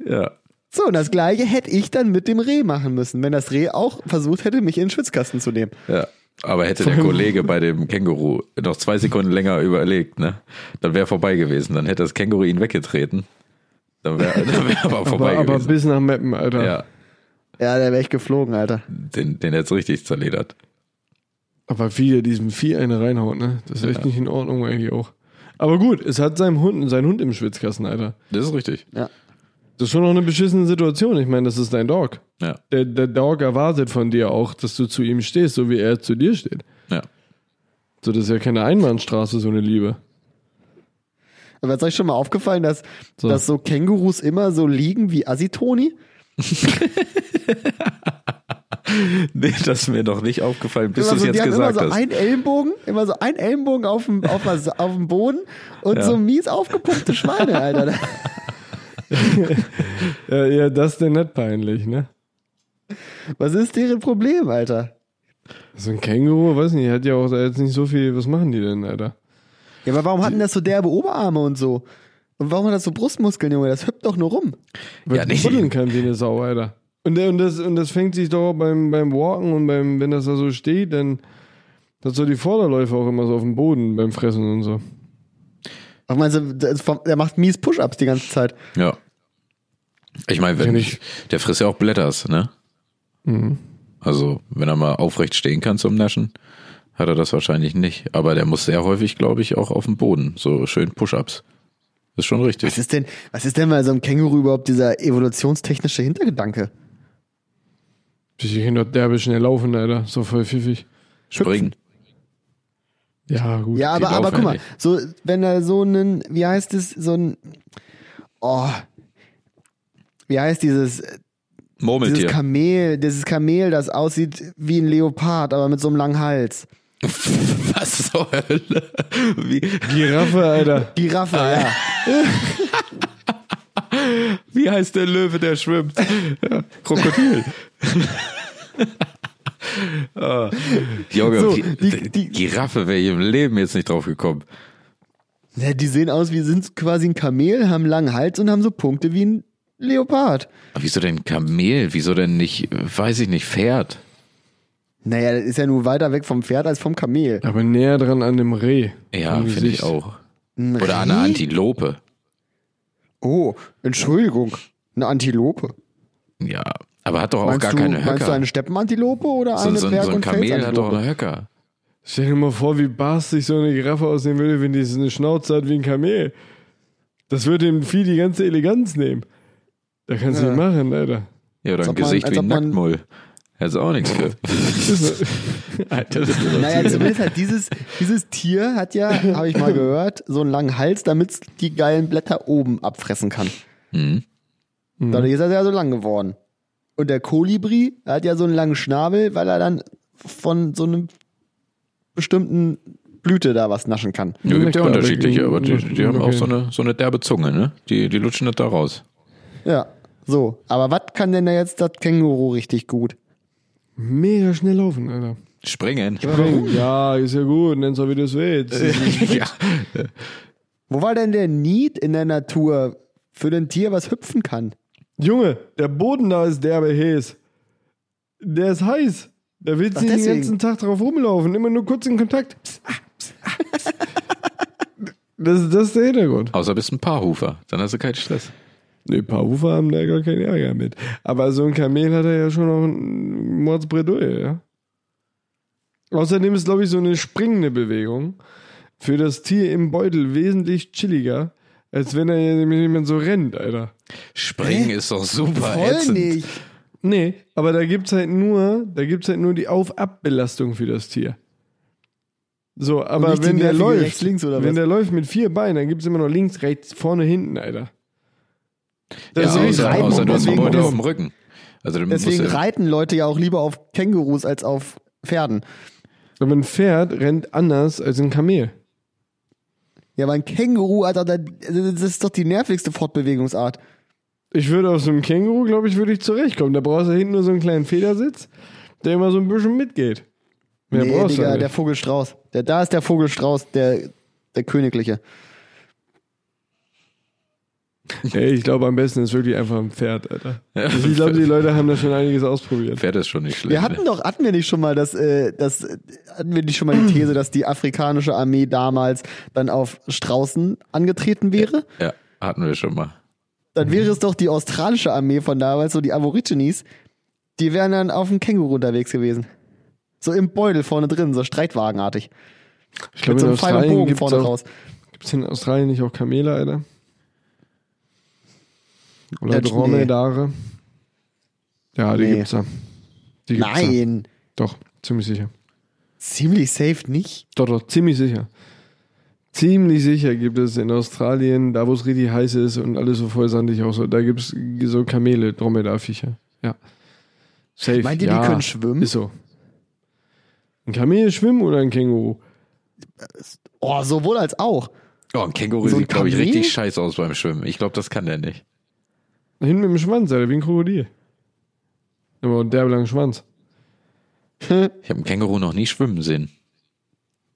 Ja.
So, und das gleiche hätte ich dann mit dem Reh machen müssen, wenn das Reh auch versucht hätte, mich in den Schwitzkasten zu nehmen.
ja. Aber hätte der Kollege bei dem Känguru noch zwei Sekunden länger überlegt, ne? Dann wäre vorbei gewesen. Dann hätte das Känguru ihn weggetreten. Dann wäre dann wär aber
Aber,
vorbei
aber
gewesen.
bis nach Meppen, Alter.
ja,
Ja, da wäre ich geflogen, Alter.
den, den hätte richtig zerledert.
Aber wie der diesem Vieh eine reinhaut, ne? Das ist echt nicht in Ordnung eigentlich auch. Aber gut, es hat seinem Hund, seinen Hund im Schwitzkasten, Alter.
Das ist richtig.
Das ist schon noch eine beschissene Situation. Ich meine, das ist dein Dog.
Ja,
Der, der Dog erwartet von dir auch, dass du zu ihm stehst, so wie er zu dir steht.
ja.
So, das ist ja keine Einbahnstraße, so eine Liebe.
Aber ist euch schon mal aufgefallen, dass
So.
so, dass so Kängurus immer so liegen wie Asitoni?
Nee, das ist mir noch nicht aufgefallen, bis du es
so, Also die
jetzt
haben
gesagt
immer so
hast.
einen Ellenbogen, immer so einen Ellenbogen auf dem, auf, was- auf dem Boden und so mies aufgepumpte Schweine, Alter.
Ja, ja, das ist denn nicht peinlich, ne?
Was ist deren Problem, Alter?
So ein Känguru, weiß nicht, hat ja auch da jetzt nicht so viel. Was machen die denn, Alter?
Ja, aber warum hatten das so derbe Oberarme und so? Und warum hat das so Brustmuskeln, Junge? Das hüpft doch nur rum.
Ja, nicht.
Buddeln kann wie eine Sau, Alter. Und, und, das, und das fängt sich doch beim, beim Walken und beim, wenn das da so steht, dann hat so die Vorderläufe auch immer so auf dem Boden beim Fressen und so.
Ach, meinst du, das- vom- der macht mies Push-Ups die ganze Zeit.
Ja. Ich meine, wenn
Kenn
ich, der frisst ja auch Blätters, ne?
Mhm.
Also, wenn er mal aufrecht stehen kann zum Naschen, hat er das wahrscheinlich nicht. Aber der muss sehr häufig, glaube ich, auch auf dem Boden. So schön Push-Ups. Ist schon richtig.
Was ist denn, was ist denn bei so einem Känguru überhaupt dieser evolutionstechnische Hintergedanke?
Die können doch derbe schnell laufen, Alter. So voll pfiffig.
Springen.
Ja, gut.
Ja, aber,
Die
aber
laufen
guck mal,
ja
so, wenn da so einen, wie heißt es, so ein, oh, wie heißt dieses, dieses
Murmeltier.
Kamel, dieses Kamel, das aussieht wie ein Leopard, aber mit so einem langen Hals.
Was zur Hölle? Wie,
Giraffe, Alter.
Giraffe,
Ah,
ja.
wie heißt der Löwe, der schwimmt? Ja, Krokodil. Ah, Junge,
So,
wie-
die- die-
Giraffe wäre ich im Leben jetzt nicht drauf gekommen.
ja. Die sehen aus wie sind quasi ein Kamel, haben einen langen Hals und haben so Punkte wie ein Leopard.
Aber wieso denn Kamel? Wieso denn nicht, äh, weiß ich nicht, Pferd?
Naja, das ist ja nur weiter weg vom Pferd als vom Kamel.
Aber näher dran an dem Reh.
Ja,
Im
finde ich
Gesicht.
auch.
Ein
Oder an eine
Reh?
Antilope.
Oh, Entschuldigung. Eine Antilope.
Ja, aber hat doch auch
meinst
gar
du,
keine
meinst du
Höcker.
eine Steppenantilope oder
So,
eine
so,
Berg-
so ein
und
Kamel hat doch
Felsantilope?
einen Höcker.
Stell dir mal vor, wie barstig so eine Giraffe aussehen würde, wenn die so eine Schnauze hat wie ein Kamel. Das würde dem Vieh die ganze Eleganz nehmen. Da kannst du
Ja.
nicht machen, Alter.
Ja, oder
Als
ein
ob man-
Gesicht
als
wie ein
ob man-
Nacktmull. Er ist auch nichts für. Alter, das ist
Naja, zumindest hat dieses, dieses Tier hat ja, habe ich mal gehört, so einen langen Hals, damit es die geilen Blätter oben abfressen kann. Mhm. Dadurch ist er ja so lang geworden. Und der Kolibri er hat ja so einen langen Schnabel, weil er dann von so einem bestimmten Blüte da was naschen kann.
ja, gibt ja
Nektar,
unterschiedliche, aber die, die haben auch
okay.
so eine, so eine derbe Zunge, ne? Die, die lutschen das da raus.
Ja, so. Aber was kann denn da jetzt das Känguru richtig gut?
Mega schnell laufen, Alter.
Springen.
Ja, ist ja gut, nenn's auch wie du es willst.
ja.
Wo war denn der Need in der Natur für ein Tier, was hüpfen kann?
Junge, der Boden da ist derbe heiß. Der ist heiß. Da willst
Ach,
du den
deswegen.
ganzen Tag drauf rumlaufen. Immer nur kurz in Kontakt. Psst, ah, psst, ah, psst. Das, das ist der Hintergrund.
Außer bist ein Paarhufer. Dann hast du keinen Stress.
Ne, paar Ufer haben da gar keinen Ärger mit. Aber so ein Kamel hat er ja schon noch ein Mordsbredouille, ja. Außerdem ist, glaube ich, so eine springende Bewegung für das Tier im Beutel wesentlich chilliger, als wenn er hier nämlich jemand so rennt, Alter.
Springen ist doch super ätzend.
nicht.
Nee, aber da gibt's halt nur, da gibt's halt nur die Auf-Ab-Belastung für das Tier. So, aber
nicht die
wenn der
nervige
läuft,
rechts, links oder
wenn
was?
der läuft mit vier Beinen, dann gibt's immer noch links, rechts, vorne, hinten, Alter. Das
ja,
ist
außer,
richtig.
Reibung,
außer du hast einen
deswegen-
Beutel auf dem Rücken. Also, du musst
Deswegen
ja-
reiten Leute ja auch lieber auf Kängurus als auf Pferden.
Aber ein Pferd rennt anders als ein Kamel.
Ja, aber ein Känguru, Alter, da- das ist doch die nervigste Fortbewegungsart.
Ich würde auf so einem Känguru, glaube ich, würde ich zurechtkommen. Da brauchst du hinten nur so einen kleinen Federsitz, der immer so ein bisschen mitgeht. Mehr
nee,
brauchst
Digga,
du
der
nicht.
Vogelstrauß. Der, da ist der Vogelstrauß, der, der königliche.
Ey, ich glaube, am besten ist wirklich einfach ein Pferd, Alter. Ich glaube, die Leute haben da schon einiges ausprobiert.
Pferd ist schon nicht schlecht.
Wir hatten doch, hatten wir nicht schon mal das, äh, das, äh, hatten wir nicht schon mal die These, dass die afrikanische Armee damals dann auf Straußen angetreten wäre?
ja, hatten wir schon mal.
Dann wäre es doch die australische Armee von damals, so die Aborigines, die wären dann auf dem Känguru unterwegs gewesen. So im Beutel vorne drin, so streitwagenartig.
Ich
Mit
glaube,
so
in
einem Pfeil und
Australien
Bogen
gibt es
vorne
auch
raus.
Gibt's in Australien nicht auch Kamele, Alter? Oder
Ja, nee.
Dromedare? Ja, die
Nee.
gibt's da. Die gibt's Da.
Nein,
Doch, ziemlich sicher.
ziemlich safe nicht.
Doch, doch, ziemlich sicher. Ziemlich sicher gibt es in Australien, da wo es richtig heiß ist und alles so voll sandig auch so, da gibt's so Kamele, Dromedarviecher. Ja. Safe.
Meint ihr, die
ja.
können schwimmen?
Ist so. Ein Kamel schwimmen oder ein Känguru?
Oh, sowohl als auch.
Oh, ein Känguru
So ein
sieht, glaube ich,
Kamel?
richtig scheiße aus beim Schwimmen. Ich glaube, das kann der nicht.
Hinten mit dem Schwanz, Alter, wie ein Krokodil. Aber einen derbelangen Schwanz.
Ich habe ein Känguru noch nie schwimmen sehen.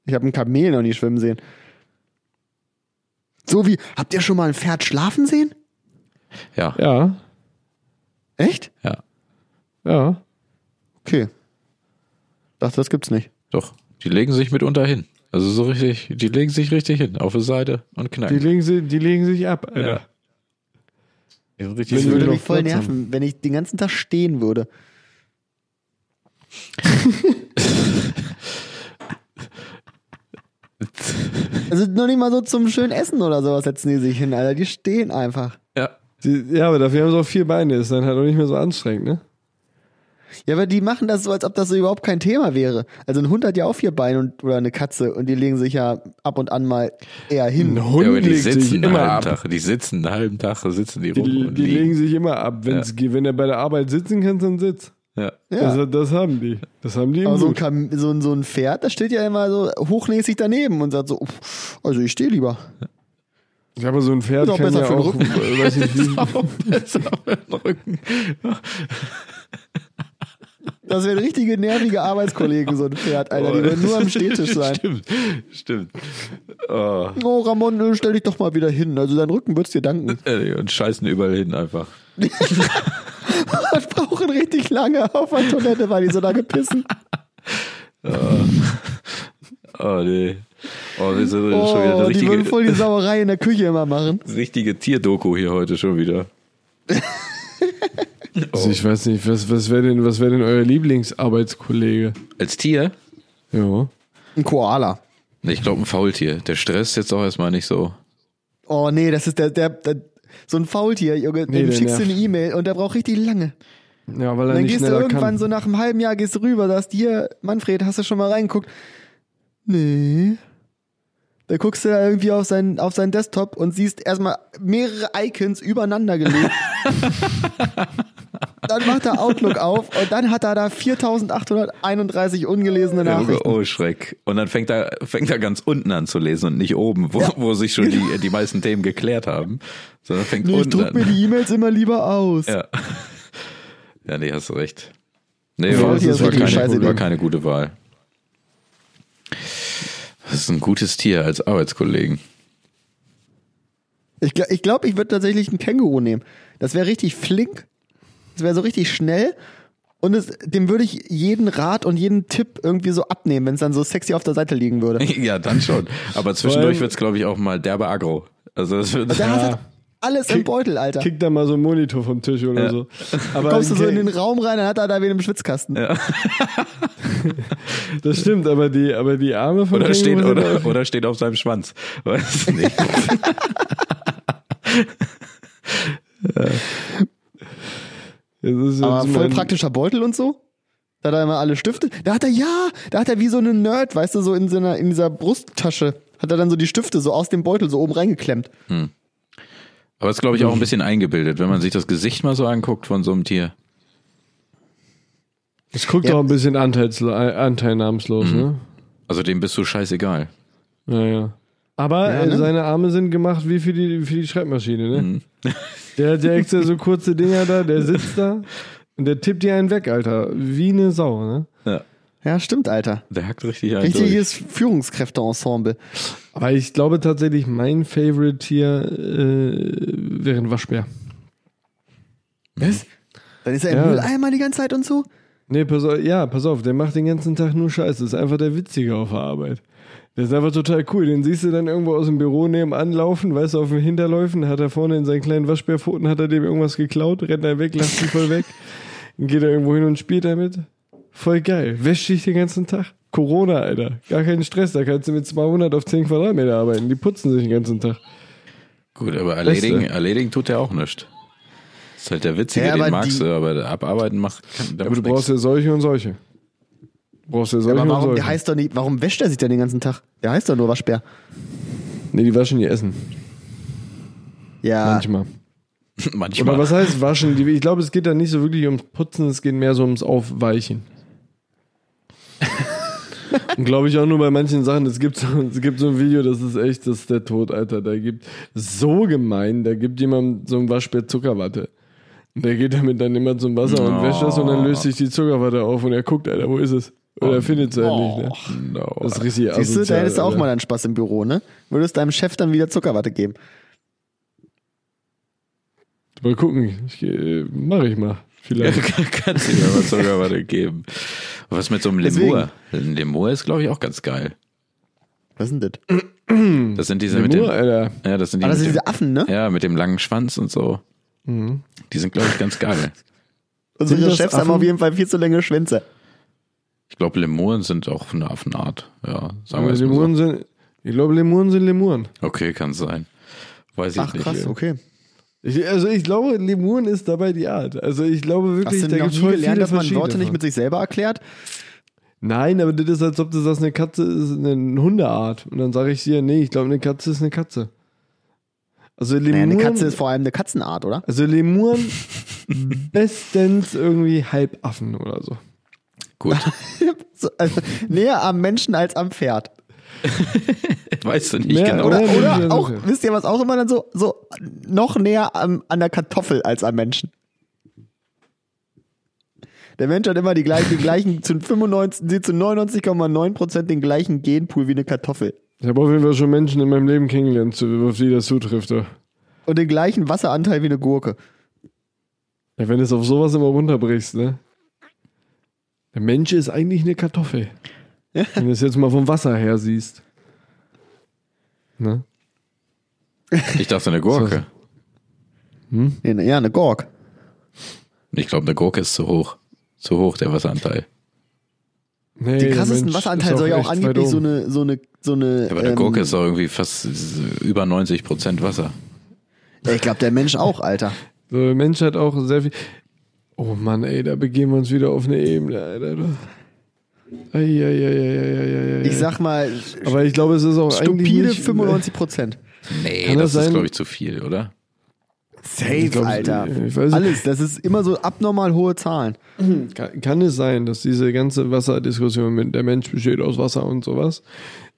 Ich habe ein Kamel noch nie schwimmen sehen. So wie, habt ihr schon mal ein Pferd schlafen sehen?
Ja, ja.
Ja,
Echt?
ja.
Okay. Dachte, das gibt's nicht.
doch. Die legen sich mitunter hin. Also so richtig, die legen sich richtig hin, auf die Seite und
Die
knacken.
legen, sie, die legen sich ab, Alter.
Ja. Die sind
Ich
richtig
Das
will
würde
noch
mich voll
Platz haben.
nerven, wenn ich den ganzen Tag stehen würde. Also noch nicht mal so zum schönen Essen oder sowas setzen die sich hin, Alter. Die stehen einfach.
ja.
Die, ja, aber dafür haben sie auch vier Beine, ist dann halt auch nicht mehr so anstrengend, ne?
Ja, aber die machen das so, als ob das so überhaupt kein Thema wäre. Also ein Hund hat ja auch vier Beine und, oder eine Katze und die legen sich ja ab und an mal eher hin.
Ein
ja,
Hund
aber die
legt sich
sitzen einen
immer
halben
ab.
Tag. Die sitzen einen halben Tag, sitzen die, rum
Die,
und
die
liegen.
legen sich immer ab. Wenn's geht. Wenn er bei der Arbeit sitzen kann, dann sitzt.
Ja.
Ja. Also
Das, das haben die. Das haben die im
Aber so ein,
Blut.
Kam so, ein, so ein Pferd, das steht ja immer so hochnäsig daneben und sagt so, "Uff, also ich stehe lieber.
Ja, aber so ein Pferd
Ist auch
kann
besser
ja
für den
auch,
Rücken.
äh, weiß nicht, wie,
Das ist auf den Rücken.
Das wären richtige nervige Arbeitskollegen, so ein Pferd, Alter. Die würden nur am Stehtisch sein.
Stimmt, stimmt. Oh.
Oh, Ramon, äh, stell dich doch mal wieder hin. Also dein Rücken wird's dir danken.
Ehrlich, Und scheißen überall hin einfach.
Das brauchen richtig lange auf der Toilette, weil die so lange pissen.
Oh nee. Oh, wir sind schon wieder eine
Oh, die würden
richtige,
voll die Sauerei in der Küche immer machen.
richtige Tierdoku hier heute schon wieder.
also ich weiß nicht, was, was wäre denn, was wär denn euer Lieblingsarbeitskollege?
Als Tier?
Ja.
Ein Koala.
Ich glaube, ein Faultier. Der stresst jetzt auch erstmal nicht so.
Oh nee, das ist der, der, der so ein Faultier, Junge.
Nee,
dem
der
schickst du
nervt.
eine E-Mail und der braucht richtig lange.
Ja, weil er
Dann
nicht
gehst du
schneller
irgendwann
kann.
so nach einem halben Jahr gehst du rüber, sagst hier, Manfred, hast du schon mal reingeguckt? Nee. Da guckst du da irgendwie auf seinen, auf seinen Desktop und siehst erstmal mehrere Icons übereinander gelegt. dann macht er Outlook auf und dann hat er da 4831 ungelesene
Junge,
Nachrichten.
oh Schreck. Und dann fängt er, fängt er ganz unten an zu lesen und nicht oben, wo, wo sich schon die, die meisten Themen geklärt haben. Sondern fängt
Nee, ich
unten
druck mir
an.
die E-Mails immer lieber aus.
Ja. ja, nee, hast du recht. Nee,
Ja,
war,
Faultier
das
ist
war,
wirklich eine
keine,
scheiße
war
Idee.
keine gute Wahl. Das ist ein gutes Tier als Arbeitskollegen.
Ich glaube, ich, glaub, ich würde tatsächlich einen Känguru nehmen. Das wäre richtig flink, das wäre so richtig schnell und es, dem würde ich jeden Rat und jeden Tipp irgendwie so abnehmen, wenn es dann so sexy auf der Seite liegen würde.
Ja, dann schon. Aber zwischendurch wird's glaub glaube ich, auch mal derbe Agro. Also das wird,
Der
ja,
hat halt alles im Beutel, Alter.
Kick da mal so einen Monitor vom Tisch oder
Ja.
so. Aber
Kommst du so in
Kä-
den Raum rein, dann hat er da wen im Schwitzkasten.
das stimmt, aber die, aber die Arme von
oder,
Känguru
steht,
sind auch-
oder, oder steht auf seinem Schwanz. Weiß nicht.
Das ist
Aber
jetzt
voll
mein-
praktischer Beutel und so. Da hat er immer alle Stifte. Da hat er, ja, da hat er wie so einen Nerd, weißt du, so in, seiner, in dieser Brusttasche hat er dann so die Stifte so aus dem Beutel so oben reingeklemmt.
Aber es ist, glaube ich, auch ein bisschen eingebildet, wenn man sich das Gesicht mal so anguckt von so einem Tier.
Es guckt
Ja. Mhm.
auch ein bisschen anteils, anteilnahmslos, ne?
Also dem bist du scheißegal.
Naja. Aber
Ja, ne? Mhm.
äh, seine Arme sind gemacht wie für die, für die Schreibmaschine, ne? Der hat ja extra so kurze Dinger da, der sitzt da und der tippt dir einen weg, Alter. Wie eine Sau, ne?
Ja, stimmt, Alter.
Der hackt richtig ein.
Richtiges Führungskräfteensemble.
Aber ich glaube tatsächlich, mein Favorite-Tier äh, wäre ein Waschbär.
Was? Dann ist er
Ja.
im Mülleimer die ganze Zeit und so?
Nee, pass auf, ja, pass auf, der macht den ganzen Tag nur Scheiße. Ist einfach der Witzige auf der Arbeit. Der ist einfach total cool. Den siehst du dann irgendwo aus dem Büro nebenan laufen, weißt du, auf den Hinterläufen, hat er vorne in seinen kleinen Waschbärpfoten, hat er dem irgendwas geklaut, rennt er weg, lacht ihn voll weg. Dann geht er irgendwo hin und spielt damit. Voll geil. Wäscht dich den ganzen Tag. Corona, Alter. Gar keinen Stress. Da kannst du mit 200 auf 10 Quadratmeter arbeiten. Die putzen sich den ganzen Tag.
Gut, aber erledigen,
Beste.
erledigen tut er auch nicht. Ist halt der Witzige,
Ja, aber
den magst
die-
du, aber abarbeiten macht. Kann,
Aber du brauchst ja solche und solche. Du brauchst ja solche
Aber
und
warum,
solche.
der heißt doch nicht, warum wäscht er sich denn den ganzen Tag? Der heißt doch nur Waschbär.
nee, die waschen ihr Essen.
Ja,
Manchmal.
Manchmal.
Oder was heißt waschen? Die- Ich glaube, es geht da nicht so wirklich ums Putzen, es geht mehr so ums Aufweichen. Und glaube ich auch nur bei manchen Sachen. Es gibt, so, es gibt so ein Video, das ist echt, das ist der Tod, Alter. Da gibt so gemein, da gibt jemand so ein Waschbett Zuckerwatte. Und der geht damit dann immer zum Wasser und wäscht das und dann löst sich die Zuckerwatte auf und er guckt, Alter, wo ist es? Oder er findet es halt nicht. Ne? Das Also ist richtig
Oh. Siehst du, da
asozial,
hättest du auch
Alter.
mal dann Spaß im Büro, ne? Würdest deinem Chef dann wieder Zuckerwatte geben.
Mal gucken, ich, geh- mach ich mal. Vielleicht.
Kannst du mir mal Zuckerwatte geben. Und was mit so einem Lemur? Ein Lemur ist, glaube ich, auch ganz geil.
Was ist denn das?
Das sind diese
Nur,
mit
Alter.
dem, ja, das sind die
Ah, das
mit
sind
dem,
diese Affen, ne?
ja, mit dem langen Schwanz und so. Die sind, glaube ich, ganz geil.
Unsere
Sind das
Chefs haben
Affen?
auf jeden Fall viel zu lange Schwänze.
Ich glaube, Lemuren sind auch eine Affenart. Ja, sagen wir
Aber
es mal
Lemuren sind, ich glaube, Lemuren sind Lemuren.
so. Okay, kann sein. Weiß ich
Ach
nicht.
krass, okay.
Ich, also ich glaube, Lemuren ist dabei die Art. Also ich glaube
Hast
wirklich,
du
da
noch
gibt es
nie
voll viele
gelernt, dass man
verschiedene
Worte nicht
von.
mit sich selber erklärt?
Nein, aber das ist, als ob du sagst, eine Katze ist eine Hundeart. Und dann sage ich dir, nee, ich glaube, eine Katze ist eine Katze. Also Lemuren,
Naja, eine Katze ist vor allem eine Katzenart, oder?
also Lemuren bestens irgendwie Halbaffen oder so.
Gut.
So, also, näher am Menschen als am Pferd.
Weißt du nicht
Ja,
genau.
oder?
Oder,
nee, nee, nee,
oder auch,
nee.
wisst ihr was auch immer dann so, so noch näher am, an der Kartoffel als am Menschen. Der Mensch hat immer die gleichen, die gleichen zu 95, nee, zu 99,9% den gleichen Genpool wie eine Kartoffel.
Ich habe auf jeden Fall schon Menschen in meinem Leben kennengelernt, zu- auf die das zutrifft. doch.
Und den gleichen Wasseranteil wie eine Gurke.
Ja, wenn du es auf sowas immer runterbrichst, ne? Der Mensch ist eigentlich eine Kartoffel. Wenn du es jetzt mal vom Wasser her siehst. Ne?
Ich dachte, eine Gurke.
Nee, ne- ja, eine Gork.
Ich glaube, eine Gurke ist zu hoch. Zu hoch, der Wasseranteil.
Nee,
Den
der
krassesten
Mensch
Wasseranteil
ist
soll ja auch
echt weit
angeblich
oben.
so eine, so eine, so eine.
Aber eine
ähm,
Gurke ist doch irgendwie fast über 90 Prozent Wasser.
Ich glaube, der Mensch auch, Alter.
So, der Mensch hat auch sehr viel. Oh Mann, ey, da begeben wir uns wieder auf eine Ebene, Alter. du. Ei, ei, ei, ei, ei, ei, ei, ei.
Ich sag mal,
Aber ich glaube, es ist auch
stupide
eigentlich. nicht- ne.
95%.
Nee,
Kann
das,
das
ist,
sein?
glaube ich, zu viel, oder?
Safe,
glaub,
Alter.
ich weiß nicht.
Alles, das ist immer so abnormal hohe Zahlen.
Kann, kann es sein, dass diese ganze Wasserdiskussion mit der Mensch besteht aus Wasser und sowas,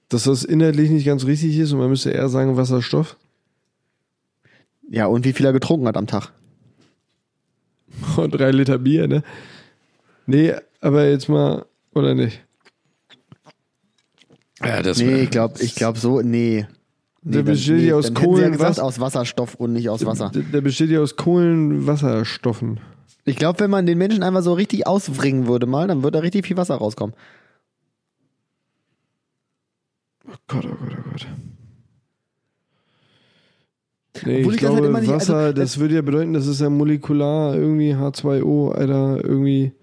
dass das inhaltlich nicht ganz richtig ist und man müsste eher sagen Wasserstoff?
Ja, und wie viel er getrunken hat am Tag.
Und drei Liter Bier, ne? Nee, aber jetzt mal, oder nicht?
Ja, das
Nee, ich glaube, ich glaub so, nee. nee
Der
dann-
besteht ja aus
dann hätten sie
Kohlen,
gesagt,
was?
aus Wasserstoff und nicht aus Wasser.
Der, der besteht ja aus Kohlenwasserstoffen.
Ich glaube, wenn man den Menschen einfach so richtig auswringen würde mal, dann würde da richtig viel Wasser rauskommen.
Gott, oh Gott, oh Gott. Nee,
Obwohl
ich
ich das halt
glaube,
immer nicht-
Wasser,
also,
das würde ja bedeuten, das ist ja molekular irgendwie H2O, Alter, irgendwie.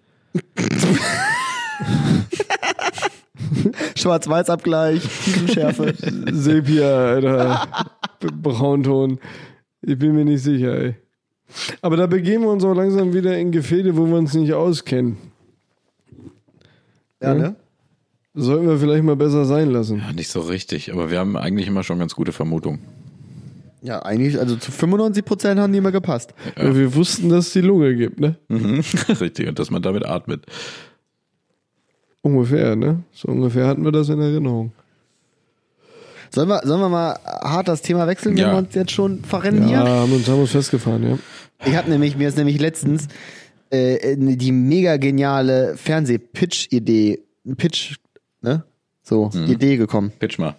Schwarz-Weiß-Abgleich, Tiefenschärfe.
Sepia, Alter. B- Braunton. Ich bin mir nicht sicher, ey. Aber da begeben wir uns auch langsam wieder in Gefilde, wo wir uns nicht auskennen.
ja, ne?
Das sollten wir vielleicht mal besser sein lassen.
Ja, nicht so richtig, aber wir haben eigentlich immer schon ganz gute Vermutungen.
Ja, eigentlich, also zu 95% haben die immer gepasst.
Weil Wir wussten, dass es die Lunge gibt, ne?
Mhm. richtig, und dass man damit atmet.
Ungefähr, ne? So ungefähr hatten wir das in Erinnerung.
Sollen wir, sollen wir mal hart das Thema wechseln,
Ja.
wenn wir uns jetzt schon verrennen
Ja,
hier?
haben uns, haben uns festgefahren, ja.
Ich habe nämlich, mir ist nämlich letztens äh, die mega geniale Fernseh-Pitch-Idee, Pitch, ne? So, Idee gekommen.
Pitch mal.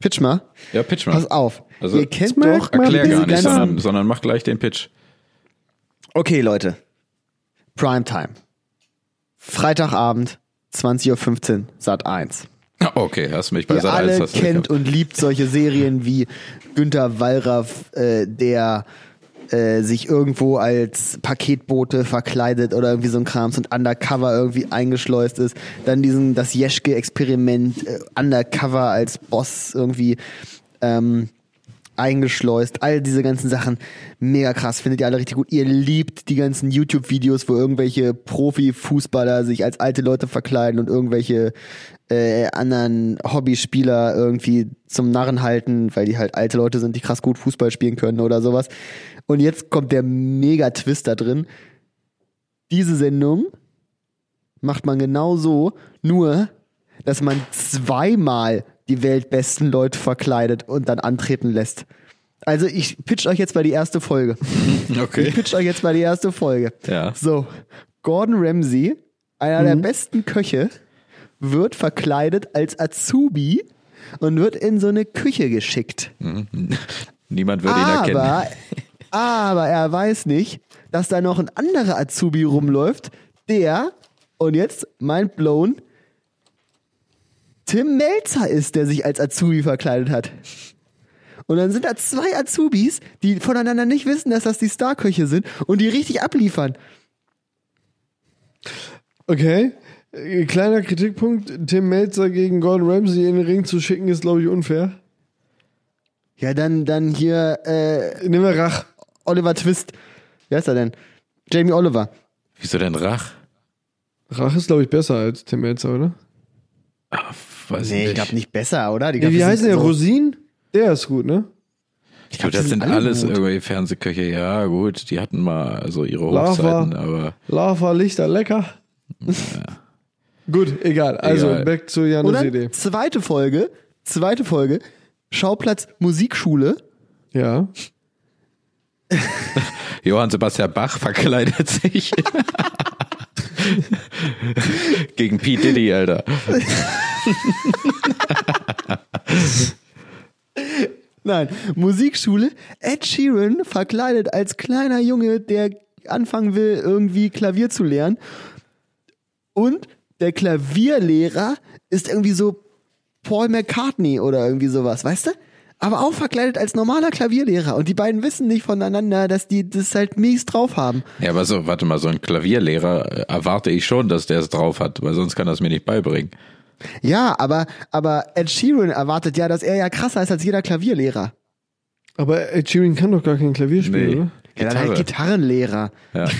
Pitch mal.
Ja, pitch mal.
Pass auf.
Also,
Ihr kennt
Smack
doch
mal
Erklär
diese
gar nicht,
ganzen-
sondern, sondern mach gleich den Pitch.
Okay, Leute. Primetime. Freitagabend, 20.15 Uhr, Sat 1.
Ah, Okay, hast mich bei
Ihr
Sat
alle
1 hast du mich
kennt
gehabt.
und liebt solche Serien wie Günter Wallraff, äh, der äh, sich irgendwo als Paketbote verkleidet oder irgendwie so ein Krams und undercover irgendwie eingeschleust ist. Dann diesen das Jeschke-Experiment äh, undercover als Boss irgendwie. Ähm, eingeschleust, all diese ganzen Sachen. Mega krass, findet ihr alle richtig gut. Ihr liebt die ganzen YouTube-Videos, wo irgendwelche Profi-Fußballer sich als alte Leute verkleiden und irgendwelche äh, anderen Hobbyspieler irgendwie zum Narren halten, weil die halt alte Leute sind, die krass gut Fußball spielen können oder sowas. Und jetzt kommt der Mega-Twist da drin. Diese Sendung macht man genau so, nur dass man zweimal die weltbesten Leute verkleidet und dann antreten lässt. Also ich pitch euch jetzt mal die erste Folge.
Okay.
Ich pitch euch jetzt mal die erste Folge.
Ja.
So, Gordon Ramsay, einer der besten Köche, wird verkleidet als Azubi und wird in so eine Küche geschickt.
Niemand würde ihn erkennen.
Aber, aber er weiß nicht, dass da noch ein anderer Azubi rumläuft, der, und jetzt mind blown, Tim Melzer ist, der sich als Azubi verkleidet hat. Und dann sind da zwei Azubis, die voneinander nicht wissen, dass das die Starköche sind und die richtig abliefern.
Okay. Äh, Kleiner Kritikpunkt: Tim Melzer gegen Gordon Ramsay in den Ring zu schicken, ist, glaube ich, unfair.
Ja, dann, dann hier äh,
Nimm mal Rach.
Oliver Twist. Wer ist er denn? Jamie Oliver.
Wieso denn Rach?
Rach ist, glaube ich, besser als Tim Melzer, oder?
Ah, Weiß
Nee, ich
nicht.
glaube nicht besser, oder? Die
Ja,
glaub,
wie
die
heißt
sind
der?
so-
Rosin? Der ist gut, ne?
Ich glaube,
glaub,
das
die
sind
sind alle
alles
gut.
irgendwelche Fernsehköche. Ja, gut, die hatten mal so ihre
Lava.
Hochzeiten, aber
Lava, Lichter, lecker. gut, egal. Also,
Egal.
back zu
Und
Janus
dann
Idee.
zweite Folge, zweite Folge, Schauplatz Musikschule.
Ja.
Johann Sebastian Bach verkleidet sich. Gegen P. Diddy, Alter.
Nein, Musikschule. Ed Sheeran verkleidet als kleiner Junge, der anfangen will, irgendwie Klavier zu lernen. Und der Klavierlehrer ist irgendwie so Paul McCartney oder irgendwie sowas, weißt du? Aber auch verkleidet als normaler Klavierlehrer. Und die beiden wissen nicht voneinander, dass die das halt mies drauf haben.
Ja, aber so, warte mal, so ein Klavierlehrer äh, erwarte ich schon, dass der es drauf hat, weil sonst kann das mir nicht beibringen.
Ja, aber, aber Ed Sheeran erwartet ja, dass er ja krasser ist als jeder Klavierlehrer.
Aber Ed Sheeran kann doch gar kein Klavier spielen,
Nee.
oder?
Ja, dann halt Gitarrenlehrer.
Ja.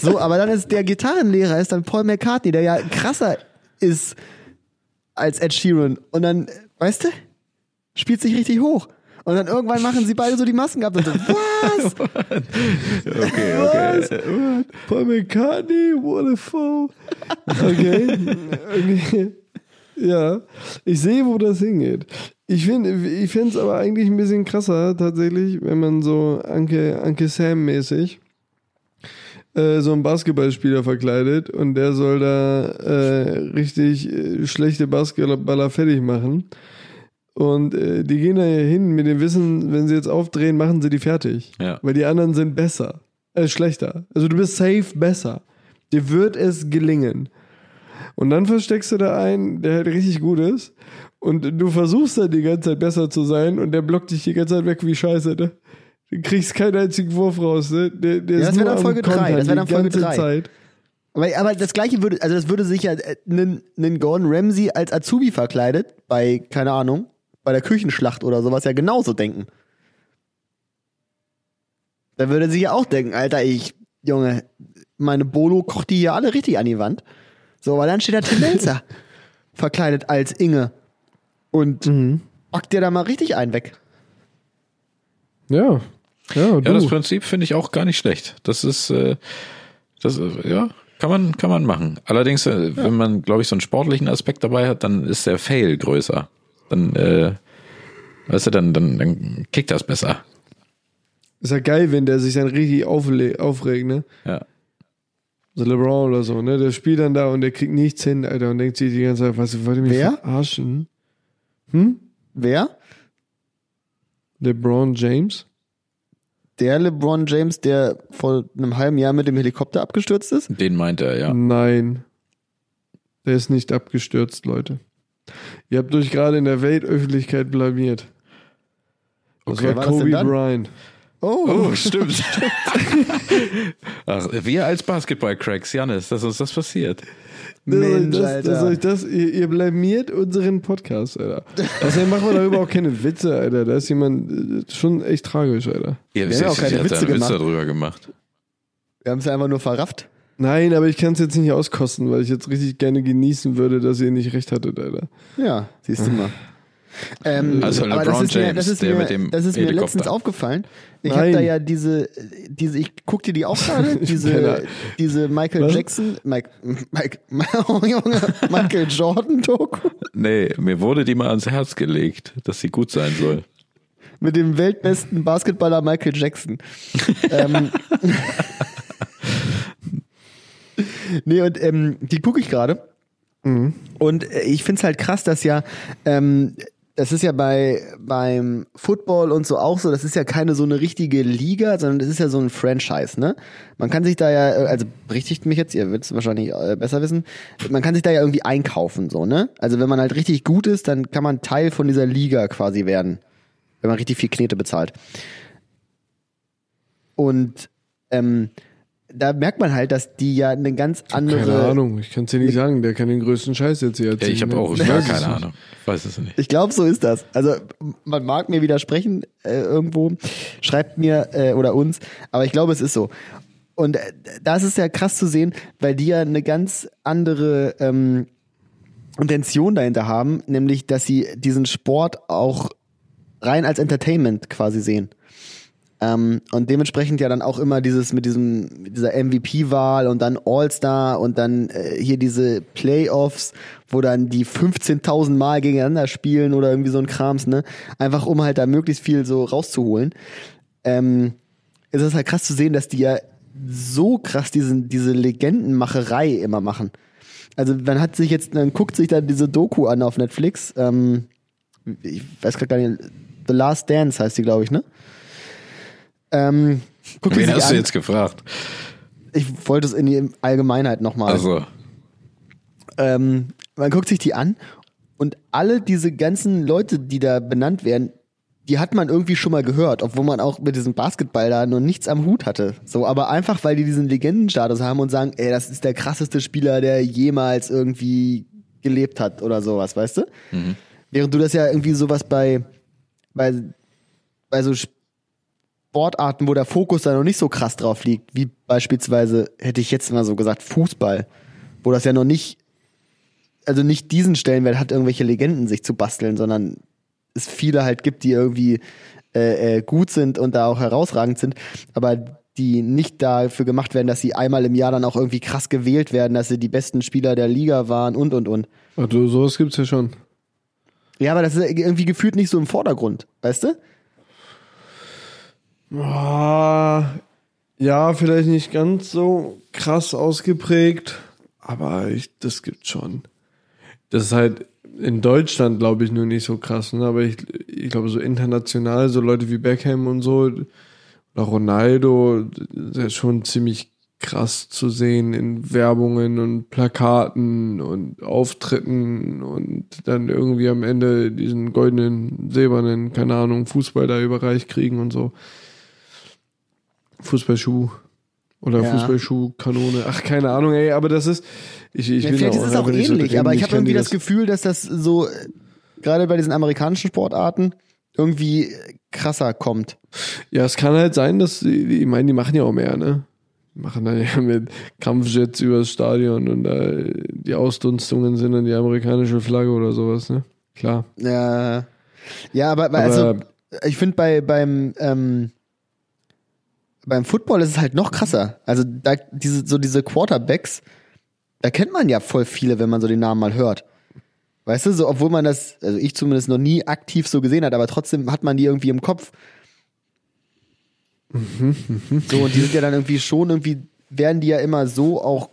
So, aber dann ist der Gitarrenlehrer ist dann Paul McCartney, der ja krasser ist als Ed Sheeran. Und dann, äh, weißt du, spielt sich richtig hoch. Und dann irgendwann machen sie beide so die Masken ab und so, was?
Okay, okay.
Paul McCartney, what a foe. Okay. okay. Ja, ich sehe, wo das hingeht. Ich finde ich es aber eigentlich ein bisschen krasser, tatsächlich, wenn man so Anke, Anke Sam-mäßig äh, so einen Basketballspieler verkleidet und der soll da äh, richtig äh, schlechte Basketballer fertig machen. Und äh, die gehen da ja hin mit dem Wissen, wenn sie jetzt aufdrehen, machen sie die fertig.
Ja.
Weil die anderen sind besser. Äh, schlechter. Also du bist safe besser. Dir wird es gelingen. Und dann versteckst du da einen, der halt richtig gut ist. Und du versuchst dann die ganze Zeit besser zu sein und der blockt dich die ganze Zeit weg wie Scheiße, ne? Du kriegst keinen einzigen Wurf raus, ne? Der, der
Ja,
ist
das wär
nur
dann
am
Folge drei,
Kontern
das wär
die
dann Folge
ganze
drei.
Zeit.
Aber, aber das gleiche würde, also das würde sich ja äh, nen nen Gordon Ramsay als Azubi verkleidet, bei, keine Ahnung, bei der Küchenschlacht oder sowas ja genauso denken. Da würde sie ja auch denken, Alter, ich, Junge, meine Bolo kocht die hier alle richtig an die Wand. So, aber dann steht da Tim Melzer, verkleidet als Inge. Und packt dir da mal richtig einen weg.
Ja. Ja,
Ja,
du.
das Prinzip finde ich auch gar nicht schlecht. Das ist, äh, das, äh, ja, kann man, kann man machen. Allerdings, äh, wenn man, glaube ich, so einen sportlichen Aspekt dabei hat, dann ist der Fail größer. Dann, äh, weißt du, dann, dann, dann kickt das besser.
ist ja geil, wenn der sich dann richtig aufle- aufregt, ne?
Ja.
So LeBron oder so, ne? Der spielt dann da und der kriegt nichts hin, Alter, und denkt sich die ganze Zeit, was wollt ihr mich
Wer?
verarschen?
Wer?
LeBron James?
Der LeBron James, der vor einem halben Jahr mit dem Helikopter abgestürzt ist?
Den meint er, ja.
Nein. Der ist nicht abgestürzt, Leute. Ihr habt euch gerade in der Weltöffentlichkeit blamiert. Das
Okay. Wer
war
war das denn
Kobe
dann?
Bryant.
Oh, stimmt. Ach, wir als Basketball-Cracks, Janis, dass uns das passiert.
Mensch,
das, das,
Alter.
das, das, ihr, ihr blamiert unseren Podcast, Alter. Außerdem machen wir darüber auch keine Witze, Alter. Da ist jemand äh, schon echt tragisch, Alter.
Ihr
Wir haben ja auch keine
ihr habt da
Witze
einen Witz
gemacht.
darüber gemacht.
Wir haben es einfach nur verrafft.
Nein, aber ich kann es jetzt nicht auskosten, weil ich jetzt richtig gerne genießen würde, dass ihr nicht recht hattet, Alter.
Ja, siehst du mal. Ähm,
Also
aber das
LeBron
ist mir,
James,
das ist
der
mir,
mit dem
das ist mir
Helikopter.
letztens aufgefallen. Ich
Nein.
habe da ja diese, diese, ich guck dir die auch gerade,
Penner.
diese, diese Michael
Was?
Jackson, Mike, Mike, oh Junge, Michael Jordan Doku
Nee, mir wurde die mal ans Herz gelegt, dass sie gut sein soll.
mit dem weltbesten Basketballer Michael Jackson. ähm, nee, und ähm, die gucke ich gerade. Und äh, ich finde es halt krass, dass ja, ähm, das ist ja bei beim Football und so auch so, das ist ja keine so eine richtige Liga, sondern das ist ja so ein Franchise, ne? Man kann sich da ja, äh, also berichtigt mich jetzt, ihr würdet's es wahrscheinlich äh, besser wissen, man kann sich da ja irgendwie einkaufen, so, ne? Also wenn man halt richtig gut ist, dann kann man Teil von dieser Liga quasi werden. Wenn man richtig viel Knete bezahlt. Und ähm, da merkt man halt, dass die ja eine ganz andere.
Keine Ahnung, ich kann es dir nicht sagen. Der kann den größten Scheiß jetzt hier
Ja,
erzählen.
ich habe
ne?
auch
Ich
gar
weiß es
keine
nicht.
Ahnung. Weiß es nicht.
Ich glaube, so ist das. Also man mag mir widersprechen äh, irgendwo, schreibt mir äh, oder uns, aber ich glaube, es ist so. Und äh, das ist ja krass zu sehen, weil die ja eine ganz andere ähm, Intention dahinter haben, nämlich, dass sie diesen Sport auch rein als Entertainment quasi sehen. Ähm, und dementsprechend ja dann auch immer dieses mit diesem mit dieser MVP-Wahl und dann All-Star und dann äh, hier diese Playoffs, wo dann die 15.000 Mal gegeneinander spielen oder irgendwie so ein Krams, ne? Einfach um halt da möglichst viel so rauszuholen. Ähm, es ist halt krass zu sehen, dass die ja so krass diesen, diese Legendenmacherei immer machen. Also man hat sich jetzt, man guckt sich dann diese Doku an auf Netflix. Ähm, ich weiß grad gar nicht, The Last Dance heißt die, glaube ich, ne? Ähm, guck die
Wen
sich
hast
an.
du jetzt gefragt?
Ich wollte es in die Allgemeinheit nochmal.
Also,
Ähm, man guckt sich die an und alle diese ganzen Leute, die da benannt werden, die hat man irgendwie schon mal gehört, obwohl man auch mit diesem Basketball da noch nichts am Hut hatte. So, aber einfach, weil die diesen Legendenstatus haben und sagen, ey, das ist der krasseste Spieler, der jemals irgendwie gelebt hat oder sowas, weißt du? Während du das ja irgendwie sowas bei, bei, bei so Sportarten, wo der Fokus da noch nicht so krass drauf liegt, wie beispielsweise, hätte ich jetzt mal so gesagt, Fußball, wo das ja noch nicht, also nicht diesen Stellenwert hat, irgendwelche Legenden sich zu basteln, sondern es viele halt gibt, die irgendwie äh, äh, gut sind und da auch herausragend sind, aber die nicht dafür gemacht werden, dass sie einmal im Jahr dann auch irgendwie krass gewählt werden, dass sie die besten Spieler der Liga waren und und und.
Ach, du, sowas gibt's ja schon.
Ja, aber das ist irgendwie gefühlt nicht so im Vordergrund, weißt du?
Ah, ja, vielleicht nicht ganz so krass ausgeprägt, aber ich, das gibt schon. Das ist halt in Deutschland, glaube ich, nur nicht so krass, ne? aber ich, ich glaube, so international, so Leute wie Beckham und so, oder Ronaldo, das ist schon ziemlich krass zu sehen in Werbungen und Plakaten und Auftritten und dann irgendwie am Ende diesen goldenen, silbernen, keine Ahnung, Fußball da überreich kriegen und so. Fußballschuh oder
Ja.
Fußballschuhkanone. Ach, keine Ahnung, ey, aber das ist. Ich, ich
Ja,
bin
vielleicht
da
ist es auch
einfach nicht so
ähnlich,
drin.
aber ich
Ich
habe
kann
irgendwie
dir
das
das-
Gefühl, dass das so, äh, gerade bei diesen amerikanischen Sportarten, irgendwie krasser kommt.
Ja, es kann halt sein, dass die, die- ich meine, die machen ja auch mehr, ne? Die machen dann ja mit Kampfjets übers Stadion und äh, die Ausdunstungen sind dann die amerikanische Flagge oder sowas, ne? Klar.
Ja, ja aber, aber also,
Aber-
ich finde bei, beim, ähm, beim Football ist es halt noch krasser. Also, da, diese, so diese Quarterbacks, da kennt man ja voll viele, wenn man so den Namen mal hört. Weißt du, so, obwohl man das, also ich zumindest noch nie aktiv so gesehen hat, aber trotzdem hat man die irgendwie im Kopf. So, und die sind ja dann irgendwie schon irgendwie, werden die ja immer so auch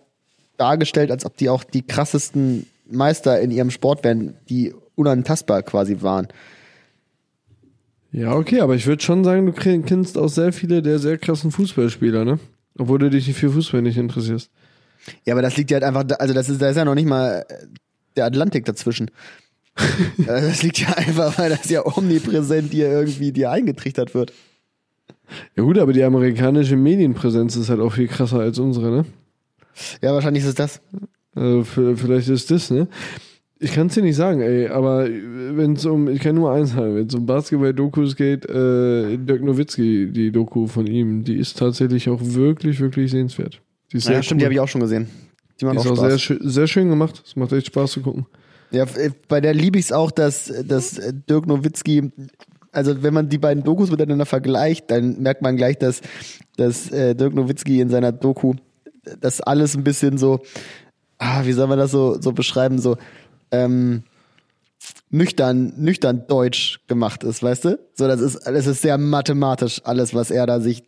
dargestellt, als ob die auch die krassesten Meister in ihrem Sport wären, die unantastbar quasi waren.
Ja, okay, aber ich würde schon sagen, du kri- kennst auch sehr viele der sehr krassen Fußballspieler, ne? Obwohl du dich für Fußball nicht interessierst.
Ja, aber das liegt ja halt einfach, da- also das ist, da ist ja noch nicht mal äh, der Atlantik dazwischen. Also das liegt ja einfach, weil das ja omnipräsent dir irgendwie dir eingetrichtert wird.
Ja gut, aber die amerikanische Medienpräsenz ist halt auch viel krasser als unsere, ne?
Ja, wahrscheinlich ist es das.
Also v- vielleicht ist das, ne? Ich kann es dir nicht sagen, ey, aber wenn es um, ich kann nur eins sagen, wenn es um Basketball-Dokus geht, äh, Dirk Nowitzki, die Doku von ihm, die ist tatsächlich auch wirklich, wirklich sehenswert. Die ist
Ja, stimmt, die
cool.
habe ich auch schon gesehen. Die
Die
machen
ist
auch
auch sehr,
Spaß.
schö- sehr schön gemacht. Es macht echt Spaß zu gucken.
Ja, f- äh, bei der liebe ich es auch, dass, dass äh, Dirk Nowitzki, also wenn man die beiden Dokus miteinander vergleicht, dann merkt man gleich, dass, dass äh, Dirk Nowitzki in seiner Doku äh, das alles ein bisschen so, ah, wie soll man das so, so beschreiben, so ähm, nüchtern, nüchtern deutsch gemacht ist, weißt du? So, das ist, das ist sehr mathematisch, alles, was er da sich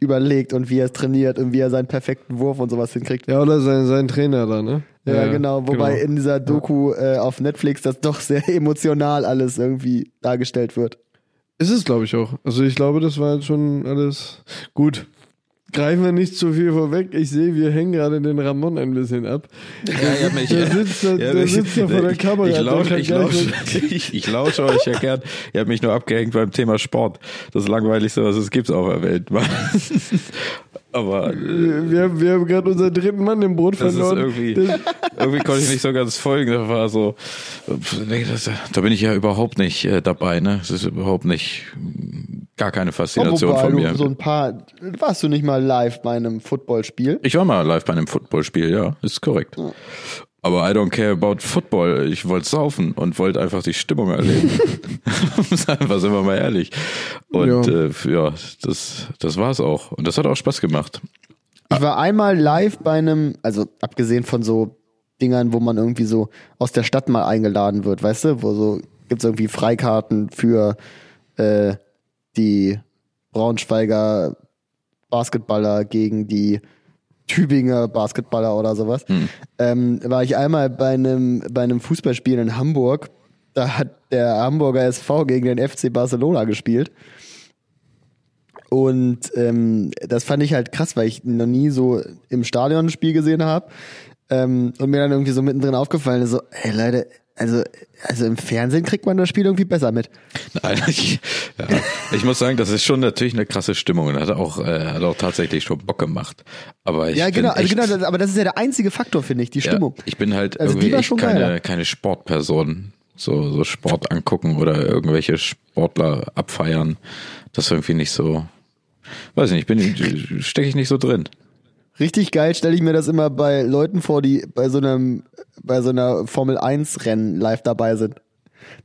überlegt und wie er es trainiert und wie er seinen perfekten Wurf und sowas hinkriegt.
Ja, oder sein, sein Trainer da, ne?
Ja, genau. Wobei in dieser Doku äh, auf Netflix das doch sehr emotional alles irgendwie dargestellt wird.
Ist es, glaube ich, auch. Also ich glaube, das war jetzt schon alles gut. Greifen wir nicht zu viel vorweg. Ich sehe, wir hängen gerade den Ramon ein bisschen ab.
Ja, ja, mich,
Der sitzt da- der sitzt da vor der Kamera,
Ich,
der
ich, lausche,
kann
ich,
gleich
lausche, ich, ich lausche euch ja gern. Ihr habt mich nur abgehängt beim Thema Sport. Das langweiligste, was es gibt auf der Welt. Aber äh,
Wir, wir haben, wir haben gerade unseren dritten Mann im Boot
das ist
verloren.
irgendwie,
Das-
irgendwie konnte ich nicht so ganz folgen. Da war so, pf, nee, das, da bin ich ja überhaupt nicht äh, dabei. Ne, das ist überhaupt nicht, gar keine Faszination
Wobei
von
du
mir.
so ein paar warst du nicht mal live bei einem Footballspiel.
Ich war mal live bei einem Footballspiel, ja, ist korrekt. Aber I don't care about Football. Ich wollte saufen und wollte einfach die Stimmung erleben. Seien wir sind wir mal ehrlich. Und
Ja.
ja, äh, ja das, das war's auch. Und das hat auch Spaß gemacht.
Ich war einmal live bei einem, also abgesehen von so Dingern, wo man irgendwie so aus der Stadt mal eingeladen wird, weißt du, wo so gibt's irgendwie Freikarten für äh, die Braunschweiger Basketballer gegen die Tübinger Basketballer oder sowas. Ähm, war ich einmal bei einem bei einem Fußballspiel in Hamburg. Da hat der Hamburger SV gegen den FC Barcelona gespielt. Und ähm, das fand ich halt krass, weil ich noch nie so im Stadion ein Spiel gesehen habe. Ähm, und mir dann irgendwie so mittendrin aufgefallen ist, so, ey Leute, also, also im Fernsehen kriegt man das Spiel irgendwie besser mit.
Nein, ich, ja, ich muss sagen, das ist schon natürlich eine krasse Stimmung und hat auch, äh, hat auch tatsächlich schon Bock gemacht. Aber ich
ja,
bin
genau, also
echt,
genau, das, aber das ist ja der einzige Faktor, finde ich, die Stimmung.
Ja, ich bin halt
Also die
irgendwie
war
echt
schon
keine,
geiler.
keine Sportperson. So, so Sport angucken oder irgendwelche Sportler abfeiern. Das ist irgendwie nicht so. Weiß nicht, bin stecke ich nicht so drin.
Richtig geil stelle ich mir das immer bei Leuten vor, die bei so einem, bei so einer Formel 1 Rennen live dabei sind.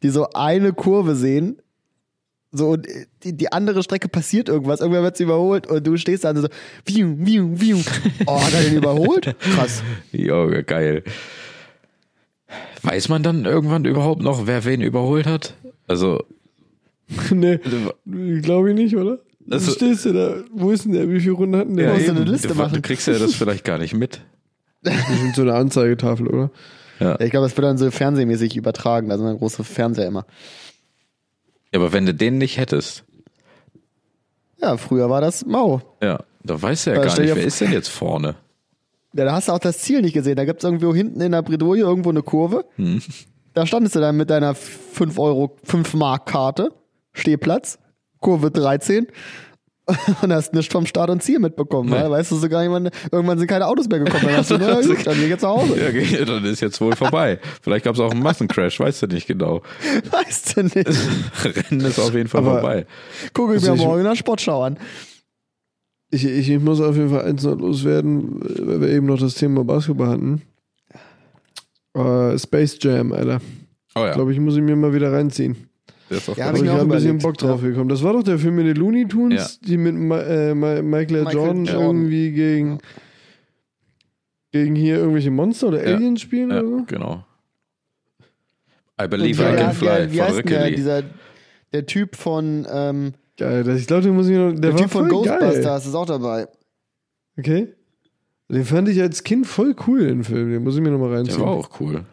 Die so eine Kurve sehen, so und die, die andere Strecke passiert irgendwas, irgendwer wird sie überholt und du stehst da und so, wiu, wiu, wiu. Oh, hat er den überholt? Krass.
Jo, geil. Weiß man dann irgendwann überhaupt noch, wer wen überholt hat? Also,
nee, glaube ich nicht, oder?
Das-
Also, stehst du da? Wo ist denn der? Wie viele Runden hatten der?
Ja,
Ja,
eben. eine Liste
du, du
machen.
kriegst ja das vielleicht gar nicht mit.
sind so eine Anzeigetafel, oder?
Ja, ich glaube, das wird dann so fernsehmäßig übertragen, also ein großer Fernseher immer.
Ja, aber wenn du den nicht hättest,
Ja, früher war das mau.
ja, dann weißt du ja
Ja,
gar
stell
nicht,
dir
wer
vor-
ist denn jetzt vorne?
Ja, da hast du auch das Ziel nicht gesehen. Da gibt's irgendwo hinten in der Bredouille irgendwo eine Kurve. Da standest du dann mit deiner 5 Euro, 5 Mark Karte, Stehplatz, Kurve 13 und hast nichts vom Start und Ziel mitbekommen.
Nee.
weil Weißt du sogar jemand, irgendwann sind keine Autos mehr gekommen. Dann hast du, na gut, dann geh jetzt nach Hause.
Ja, okay, dann ist jetzt wohl vorbei. Vielleicht gab es auch einen Massencrash, weißt du nicht genau.
Weißt du nicht.
Rennen ist auf jeden Fall
Aber-
vorbei.
Guck ich
Also
mir
ich-
morgen in der Sportschau an.
Ich, ich, ich muss auf jeden Fall eins noch loswerden, weil wir eben noch das Thema Basketball hatten. Äh, Space Jam, Alter.
Oh ja,
Glaube ich, muss ich mir mal wieder reinziehen.
das ist doch
Ja,
gut.
Habe
Hab
ich
ich mir
gerade
auch
ein bisschen
überlegt,
Bock drauf bekommen. Das war doch der Film mit den Looney Tunes,
Ja.
die mit Ma äh, Ma Michael,
Michael
Jordan,
Jordan.
irgendwie gegen, gegen hier irgendwelche Monster oder
Ja.
Aliens spielen
ja,
oder so.
genau. I believe I
Der-
can fly
der- Wie
von
heißt denn
Ricky
der,
Lee.
dieser, der Typ von, ähm,
Geil, das, ich glaube, den muss ich noch. Der,
der
war
Typ von
voll
Ghostbusters
Geil.
ist auch dabei.
Okay. Den fand ich als Kind voll cool, den Film. Den muss ich mir nochmal
Der
reinziehen.
war auch cool.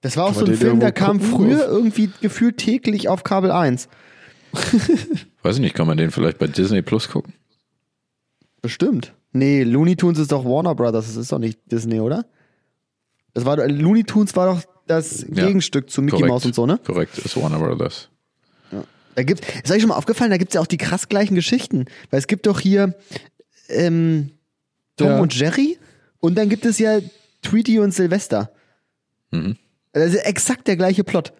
Das war auch
Aber
so ein
den
Film,
irgendwo
der kam
gucken
früher
muss.
irgendwie gefühlt täglich auf Kabel 1.
Weiß ich nicht, kann man den vielleicht bei Disney Plus gucken?
Bestimmt. Nee, Looney Tunes ist doch Warner Brothers, das ist doch nicht Disney, oder? Das war doch- Looney Tunes war doch das
Ja,
Gegenstück zu Mickey
Korrekt.
Mouse und so, ne?
Korrekt, ist Warner Brothers.
Da gibt, ist euch schon mal aufgefallen, da gibt es ja auch die krass gleichen Geschichten. Weil es gibt doch hier ähm, Tom
Ja.
und Jerry und dann gibt es ja Tweety und Silvester.
Mhm.
Das ist exakt der gleiche Plot.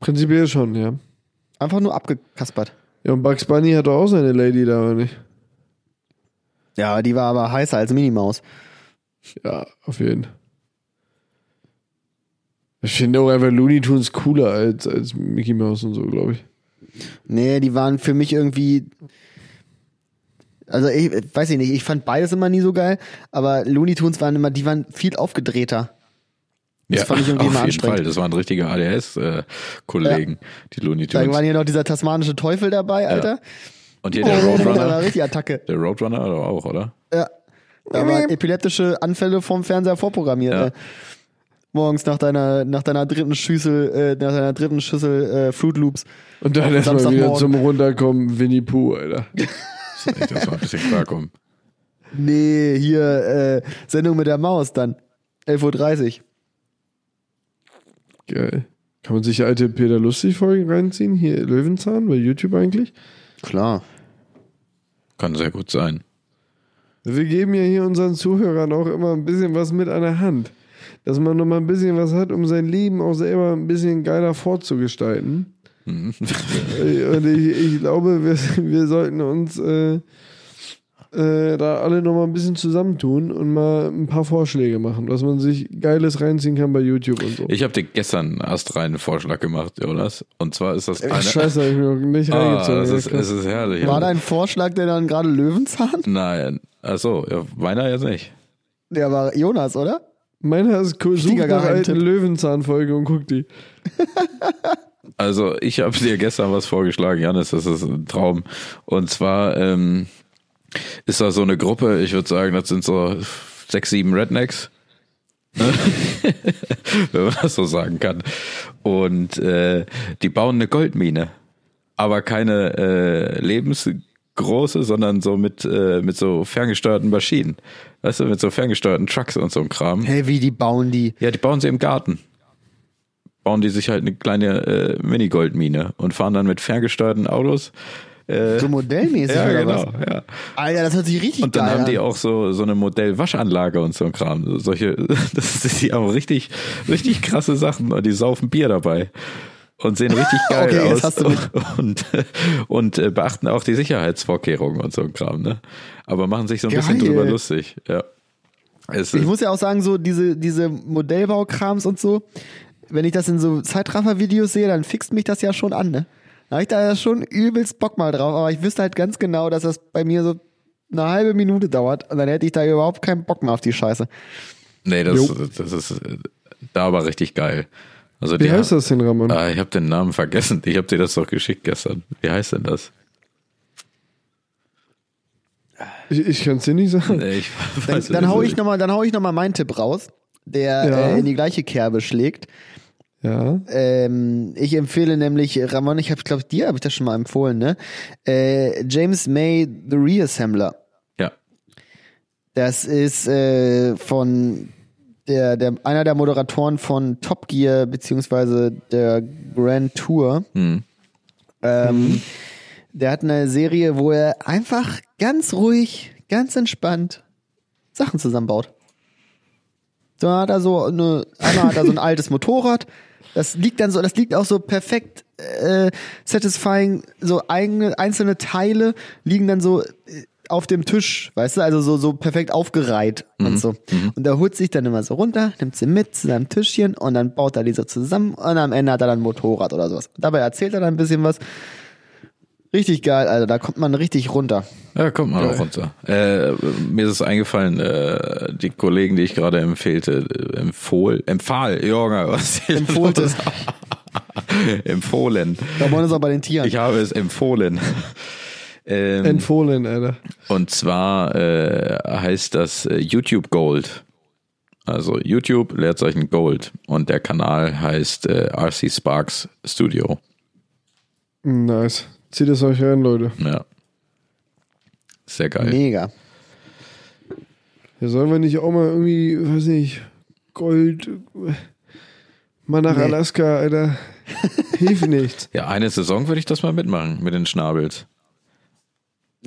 Prinzipiell schon, ja.
Einfach nur abgekaspert.
Ja, und Bugs Bunny hat doch auch seine Lady da, oder nicht?
Ja, die war aber heißer als Minimaus.
Ja, auf jeden Fall. Ich finde auch einfach Looney Tunes cooler als, als Mickey Mouse und so, glaube ich.
Nee, die waren für mich irgendwie. Also ich weiß ich nicht, ich fand beides immer nie so geil, aber Looney Tunes waren immer, die waren viel aufgedrehter. Das fand ich irgendwie
auf
immer
jeden
anstrengend.
Fall. Das waren richtige ADS-Kollegen, die Looney
Da war
Tunes.
hier noch dieser tasmanische Teufel dabei, Alter.
Und hier der
Oh, das war eine
Roadrunner.
richtige Attacke.
Der Roadrunner aber auch, oder?
Ja. Da waren epileptische Anfälle vom Fernseher vorprogrammiert.
Ja.
Ne? Morgens nach deiner, nach deiner dritten Schüssel, äh, nach deiner dritten Schüssel äh, Fruit Loops.
Und dann erstmal wieder
Samstagmorgen.
zum Runterkommen, Winnie Pooh, Alter.
Das ist echt, das war ein bisschen klar kommen.
Nee, hier äh, Sendung mit der Maus dann. 11.30 Uhr.
Geil. Kann man sich alte Peter Lustig-Folgen reinziehen? Hier Löwenzahn bei YouTube eigentlich?
Klar.
Kann sehr gut sein.
Wir geben ja hier unseren Zuhörern auch immer ein bisschen was mit an der Hand. Dass man nochmal ein bisschen was hat, um sein Leben auch selber ein bisschen geiler fortzugestalten. Äh, Und ich, ich glaube, wir, wir sollten uns äh, äh, da alle nochmal ein bisschen zusammentun und mal ein paar Vorschläge machen, dass man sich Geiles reinziehen kann bei YouTube und so.
Ich habe dir gestern einen astreinen Vorschlag gemacht, Jonas. Und zwar ist das
Ach,
eine.
Scheiße, hab ich mir noch nicht
ah,
reingezogen.
das
Ja,
ist,
krass.
es ist herrlich.
War da ein Vorschlag, der dann gerade Löwenzahn?
Nein. Achso, ja, meiner jetzt nicht.
Der war Jonas, oder?
Meiner ist cool. Such
Richtiger
nach alten
Geheimtipp.
Löwenzahnfolge und guck die.
Also, ich habe dir gestern was vorgeschlagen, Janis, das ist ein Traum. Und zwar ähm, ist da so eine Gruppe, ich würde sagen, das sind so sechs, sieben Rednecks. Ne? Wenn man das so sagen kann. Und äh, die bauen eine Goldmine. Aber keine äh, lebensgroße, sondern so mit, äh, mit so ferngesteuerten Maschinen. Weißt du, mit so ferngesteuerten Trucks und so einem Kram.
Hey, wie die bauen die?
Ja, die bauen sie im Garten. Bauen die sich halt eine kleine äh, Mini-Goldmine und fahren dann mit ferngesteuerten Autos. äh,
So modellmäßig
Ja,
oder
genau.
was?
Ja.
Alter, das hört sich richtig
Und dann
geil
haben die
an.
auch so, so eine Modellwaschanlage und so ein Kram. So- Solche, das sind die haben richtig, richtig krasse Sachen und die saufen Bier dabei. Und sehen richtig geil
Okay,
aus.
jetzt hast du mich.
und und äh, beachten auch die Sicherheitsvorkehrungen und so ein Kram, ne? Aber machen sich so ein bisschen
Geil.
drüber lustig. Ja. Es
Ich
ist-
muss ja auch sagen, so diese, diese Modellbaukrams und so, wenn ich das in so Zeitraffer-Videos sehe, dann fixt mich das ja schon an, ne? Da hab ich da ja schon übelst Bock mal drauf, aber ich wüsste halt ganz genau, dass das bei mir so eine halbe Minute dauert und dann hätte ich da überhaupt keinen Bock mehr auf die Scheiße.
Nee, das, das ist äh, da war richtig geil. Also
Wie
die
heißt
ha-
das denn, Ramon?
Ah, ich habe den Namen vergessen. Ich habe dir das doch geschickt gestern. Wie heißt denn das?
Ich, ich kann es dir nicht sagen.
Nee, ich
Dann,
weiß
dann
es
hau
nicht.
ich nochmal dann hau ich noch mal meinen Tipp raus, der
Ja.
äh, in die gleiche Kerbe schlägt.
Ja.
Ähm, ich empfehle nämlich, Ramon, ich habe, glaube ich, dir habe ich das schon mal empfohlen, ne? Äh, James May, The Reassembler.
Ja.
Das ist äh, von der, der, einer der Moderatoren von Top Gear beziehungsweise der Grand Tour. Ähm, der hat eine Serie, wo er einfach ganz ruhig, ganz entspannt Sachen zusammenbaut. So hat er so eine, einmal hat er so ein altes Motorrad. Das liegt dann so, das liegt auch so perfekt äh, satisfying. So eigene, einzelne Teile liegen dann so äh, auf dem Tisch, weißt du, also so, so perfekt aufgereiht und so. Und er holt sich dann immer so runter, nimmt sie mit zu seinem Tischchen und dann baut er die so zusammen und am Ende hat er dann ein Motorrad oder sowas. Dabei erzählt er dann ein bisschen was. Richtig geil, Alter, da kommt man richtig runter.
Ja, kommt mal auch runter. Äh, mir ist es eingefallen, äh, die Kollegen, die ich gerade empfehlte, äh, empfohl, empfahl, Junge, was ist
Empfohlte.
los? empfohlen.
Da wollen wir es auch bei den Tieren.
Ich habe es empfohlen. Ähm,
Empfohlen, Alter.
Und zwar äh, heißt das äh, YouTube Gold. Also YouTube Leerzeichen Gold. Und der Kanal heißt äh, RC Sparks Studio.
Nice. Zieht es euch rein, Leute.
Ja. Sehr geil.
Mega.
Ja, sollen wir nicht auch mal irgendwie, weiß nicht, Gold, Mal nach
Nee.
Alaska, Alter. Hilft nichts.
Ja, eine Saison würde ich das mal mitmachen mit den Schnabels.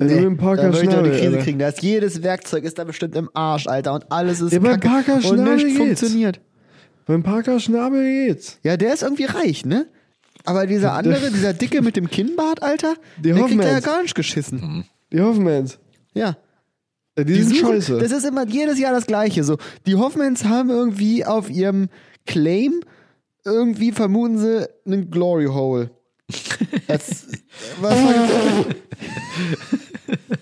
Also mit dem Parker
da würde ich doch die
Schnabel,
Krise
Alter.
kriegen. Da ist jedes Werkzeug ist da bestimmt im Arsch, Alter. Und alles ist
Ja, bei
kacke
Parker
und
Schnabel
nichts
geht's.
funktioniert.
Beim Parker Schnabel geht's.
Ja, der ist irgendwie reich, ne? Aber dieser andere, dieser Dicke mit dem Kinnbart, Alter,
Die
der kriegt da ja
Hoffmanns.
gar nicht geschissen.
Die Hoffmans.
Ja.
Die, die
Die
sind
suchen-
scheiße.
Das ist immer jedes Jahr das Gleiche. So, die Hoffmans haben irgendwie auf ihrem Claim irgendwie vermuten sie einen Glory Hole. Das, was,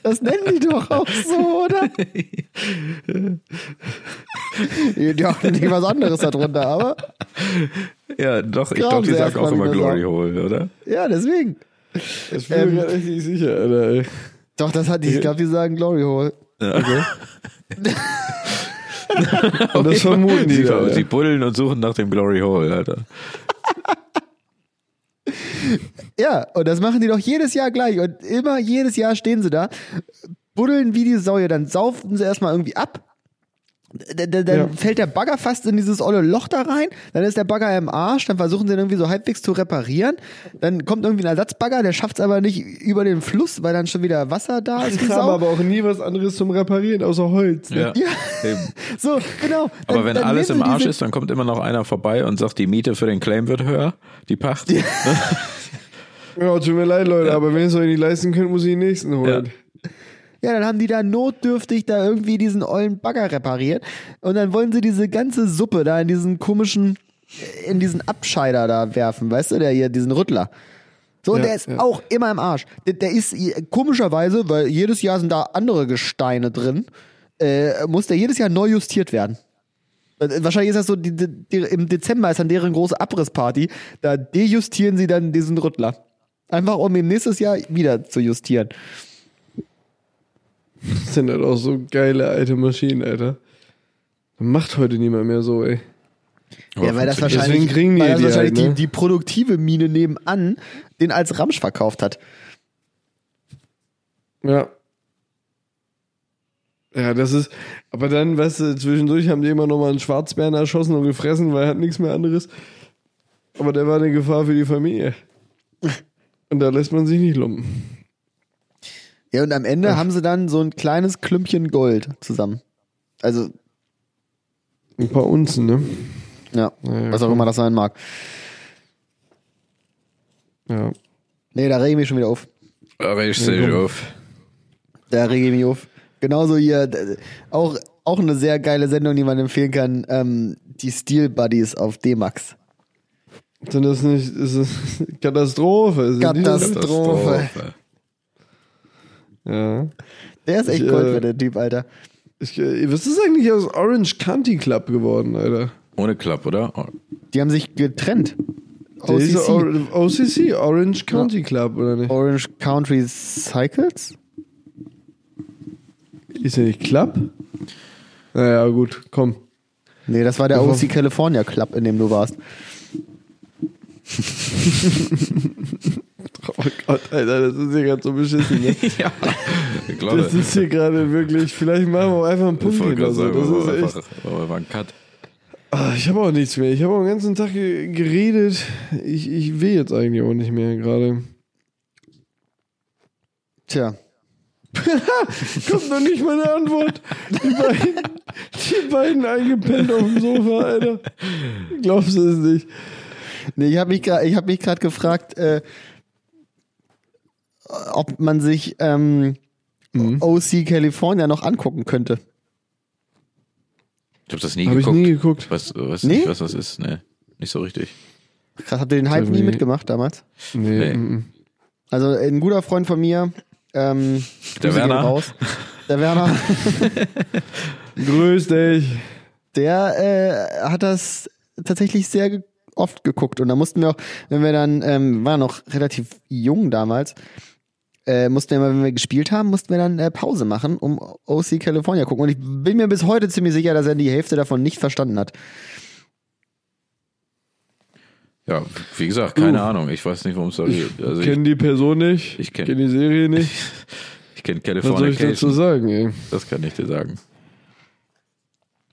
das nennen die doch auch so, oder? Die haben nicht was anderes darunter, aber
Ja, doch, ich
Graben
glaube, die
sie
sagen
erst
auch
mal
immer
wieder
Glory
Sau.
Hole, oder?
ja, deswegen.
Ich bin mir
Ähm.
gerade echt nicht sicher, Alter. ey.
Doch, das hat die, ich glaube, die sagen Glory Hole.
Und das vermuten die.
Sie,
da,
sie
Alter.
buddeln und suchen nach dem Glory Hole, Alter.
Ja, und das machen die doch jedes Jahr gleich. Und immer jedes Jahr stehen sie da, buddeln wie die Säue, dann saufen sie erstmal irgendwie ab. D- d- Dann
Ja.
fällt der Bagger fast in dieses olle Loch da rein, dann ist der Bagger im Arsch, dann versuchen sie ihn irgendwie so halbwegs zu reparieren, dann kommt irgendwie ein Ersatzbagger, der schafft es aber nicht über den Fluss, weil dann schon wieder Wasser da ist. wie
Die haben
Sau.
aber auch nie was anderes zum Reparieren, außer Holz. Ne?
Ja.
Ja.
Eben.
So, genau.
Aber
Dann-
wenn
dann
alles
nehmen
im
sie
Arsch
diese-
ist, dann kommt immer noch einer vorbei und sagt, die Miete für den Claim wird höher, die Pacht. Ja.
Ja, tut mir leid, Leute, aber wenn ihr es euch nicht leisten könnt, muss ich den nächsten holen.
Ja.
Ja, dann haben die da notdürftig da irgendwie diesen ollen Bagger repariert und dann wollen sie diese ganze Suppe da in diesen komischen, äh, in diesen Abscheider da werfen, weißt du, der hier, diesen Rüttler. So, und
Ja,
der ist
ja.
auch immer im Arsch. Der, der ist i- komischerweise, weil jedes Jahr sind da andere Gesteine drin, äh, muss der jedes Jahr neu justiert werden. Äh, Wahrscheinlich ist das so, die, die, die, im Dezember ist dann deren große Abrissparty, da dejustieren sie dann diesen Rüttler. Einfach um ihn nächstes Jahr wieder zu justieren.
Das sind halt auch so geile alte Maschinen, Alter. Macht heute niemand mehr so, ey.
Ja, weil das
funktioniert.
wahrscheinlich,
Deswegen kriegen die
weil das
die
wahrscheinlich
halt, ne?
die, die produktive Mine nebenan den als Ramsch verkauft hat.
Ja. Ja, das ist. Aber dann, weißt du, zwischendurch haben die immer nochmal einen Schwarzbären erschossen und gefressen, weil er hat nichts mehr anderes. Aber der war eine Gefahr für die Familie. Und da lässt man sich nicht lumpen.
Ja, und am Ende haben sie dann so ein kleines Klümpchen Gold zusammen. Also,
Ein paar Unzen, ne?
ja,
Ja, ja,
was auch
komm.
immer das sein mag.
Ja.
Nee, da rege ich mich schon wieder auf.
Richtig auf.
Da rege ich mich auf. Genauso hier, d- auch, auch eine sehr geile Sendung, die man empfehlen kann, ähm, die Steel Buddies auf D-Max.
Sind das nicht. Ist es Katastrophe? Sind die-
Katastrophe.
äh,
Ja.
Der ist echt
Ich,
Gold
äh,
für der Typ, Alter.
Ich, äh, was ist eigentlich aus Orange County Club geworden, Alter?
Ohne Klapp, oder? Oh.
Die haben sich getrennt.
Der ist
OCC.
Or- OCC, Orange County Club, oder nicht?
Orange Country Cycles?
Ist der nicht Club? Naja, gut, komm.
Nee, das war der
Bevor-
OC California Club, in dem du warst.
Oh Gott, Alter, das ist hier gerade so beschissen. Ne?
ja. Ich glaube,
Das ist hier gerade wirklich. Vielleicht machen wir auch einfach einen Punkt
ich wollte
hin.
gerade
Also,
sagen,
das
war
ist echt,
einfach, war ein Cut.
Ah, ich habe auch nichts mehr. Ich habe auch den ganzen Tag ge- geredet. Ich, ich will jetzt eigentlich auch nicht mehr gerade.
Tja.
Kommt noch nicht meine Antwort. Die beiden, die beiden eingepennt auf dem Sofa, Alter. Glaubst du es nicht?
Nee, ich habe mich gerade hab mich grad gefragt, äh, ob man sich ähm,
Mhm.
OC California noch angucken könnte.
Ich habe das nie
Habe ich
geguckt.
nie geguckt.
Weiß, weiß
Nee?
nicht, was das ist. Nee, nicht so richtig.
Krass, habt ihr den Hype
hab
nie
ich-
mitgemacht damals?
Nee.
Nee.
mhm.
Also ein guter Freund von mir, ähm,
Der
Grüße gehen
Werner?
raus. Der Werner,
Grüß dich.
der äh, hat das tatsächlich sehr ge- oft geguckt. Und da mussten wir auch, wenn wir dann, ähm, waren noch relativ jung damals, äh, mussten wir immer, wenn wir gespielt haben, mussten wir dann äh, Pause machen, um OC California gucken. Und ich bin mir bis heute ziemlich sicher, dass er die Hälfte davon nicht verstanden hat.
Ja, wie gesagt, keine Ahnung. Ich weiß nicht, worum es da geht. Also ich
Uh. Kenn die Person nicht.
Ich kenn-
kenn die Serie nicht.
ich kenne
Was soll ich dazu
Californication.
sagen, ey?
Das kann ich dir sagen.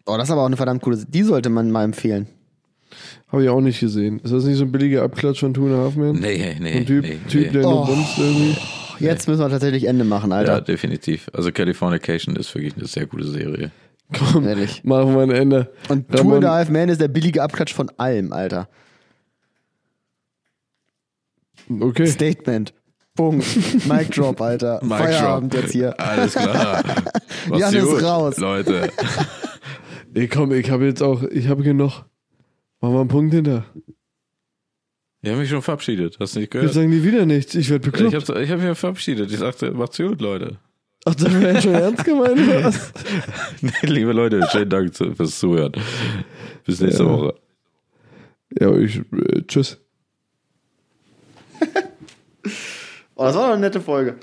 Oh, das ist aber auch eine verdammt coole. Die sollte man mal empfehlen.
Habe ich auch nicht gesehen. Ist das nicht so ein billiger Abklatsch von Two and a Half Men?
Nee, nee,
So ein typ,
nee,
typ der
nee.
nur
Oh.
bumst irgendwie.
Jetzt müssen wir tatsächlich Ende machen,
Ja,
Alter.
definitiv. Also Californication ist wirklich eine sehr gute Serie.
Komm,
Ehrlich.
machen wir ein Ende.
Und
Ramon-
Two and a Half Man ist der billige Abklatsch von allem, Alter.
Okay.
Statement. Punkt. Mic Drop, Alter.
Mic
Feierabend
drop.
jetzt hier.
Alles klar. Was
Jan ist
gut,
raus.
Leute.
Nee, komm, ich habe jetzt auch, ich habe genug. Machen wir einen Punkt hinter.
Ich habe mich schon verabschiedet. Hast du nicht
Wir
gehört?
sagen die wieder nichts. Ich werde
Ich
bekloppt.
habe ich hab mich verabschiedet. Ich sagte, macht's gut, Leute.
Ach, das wäre schon ernst gemeint. oder was?
Nee, liebe Leute, schönen Dank zu- fürs Zuhören. Bis nächste
Ja.
Woche.
ja, ich, äh, tschüss.
Oh, das war doch eine nette Folge.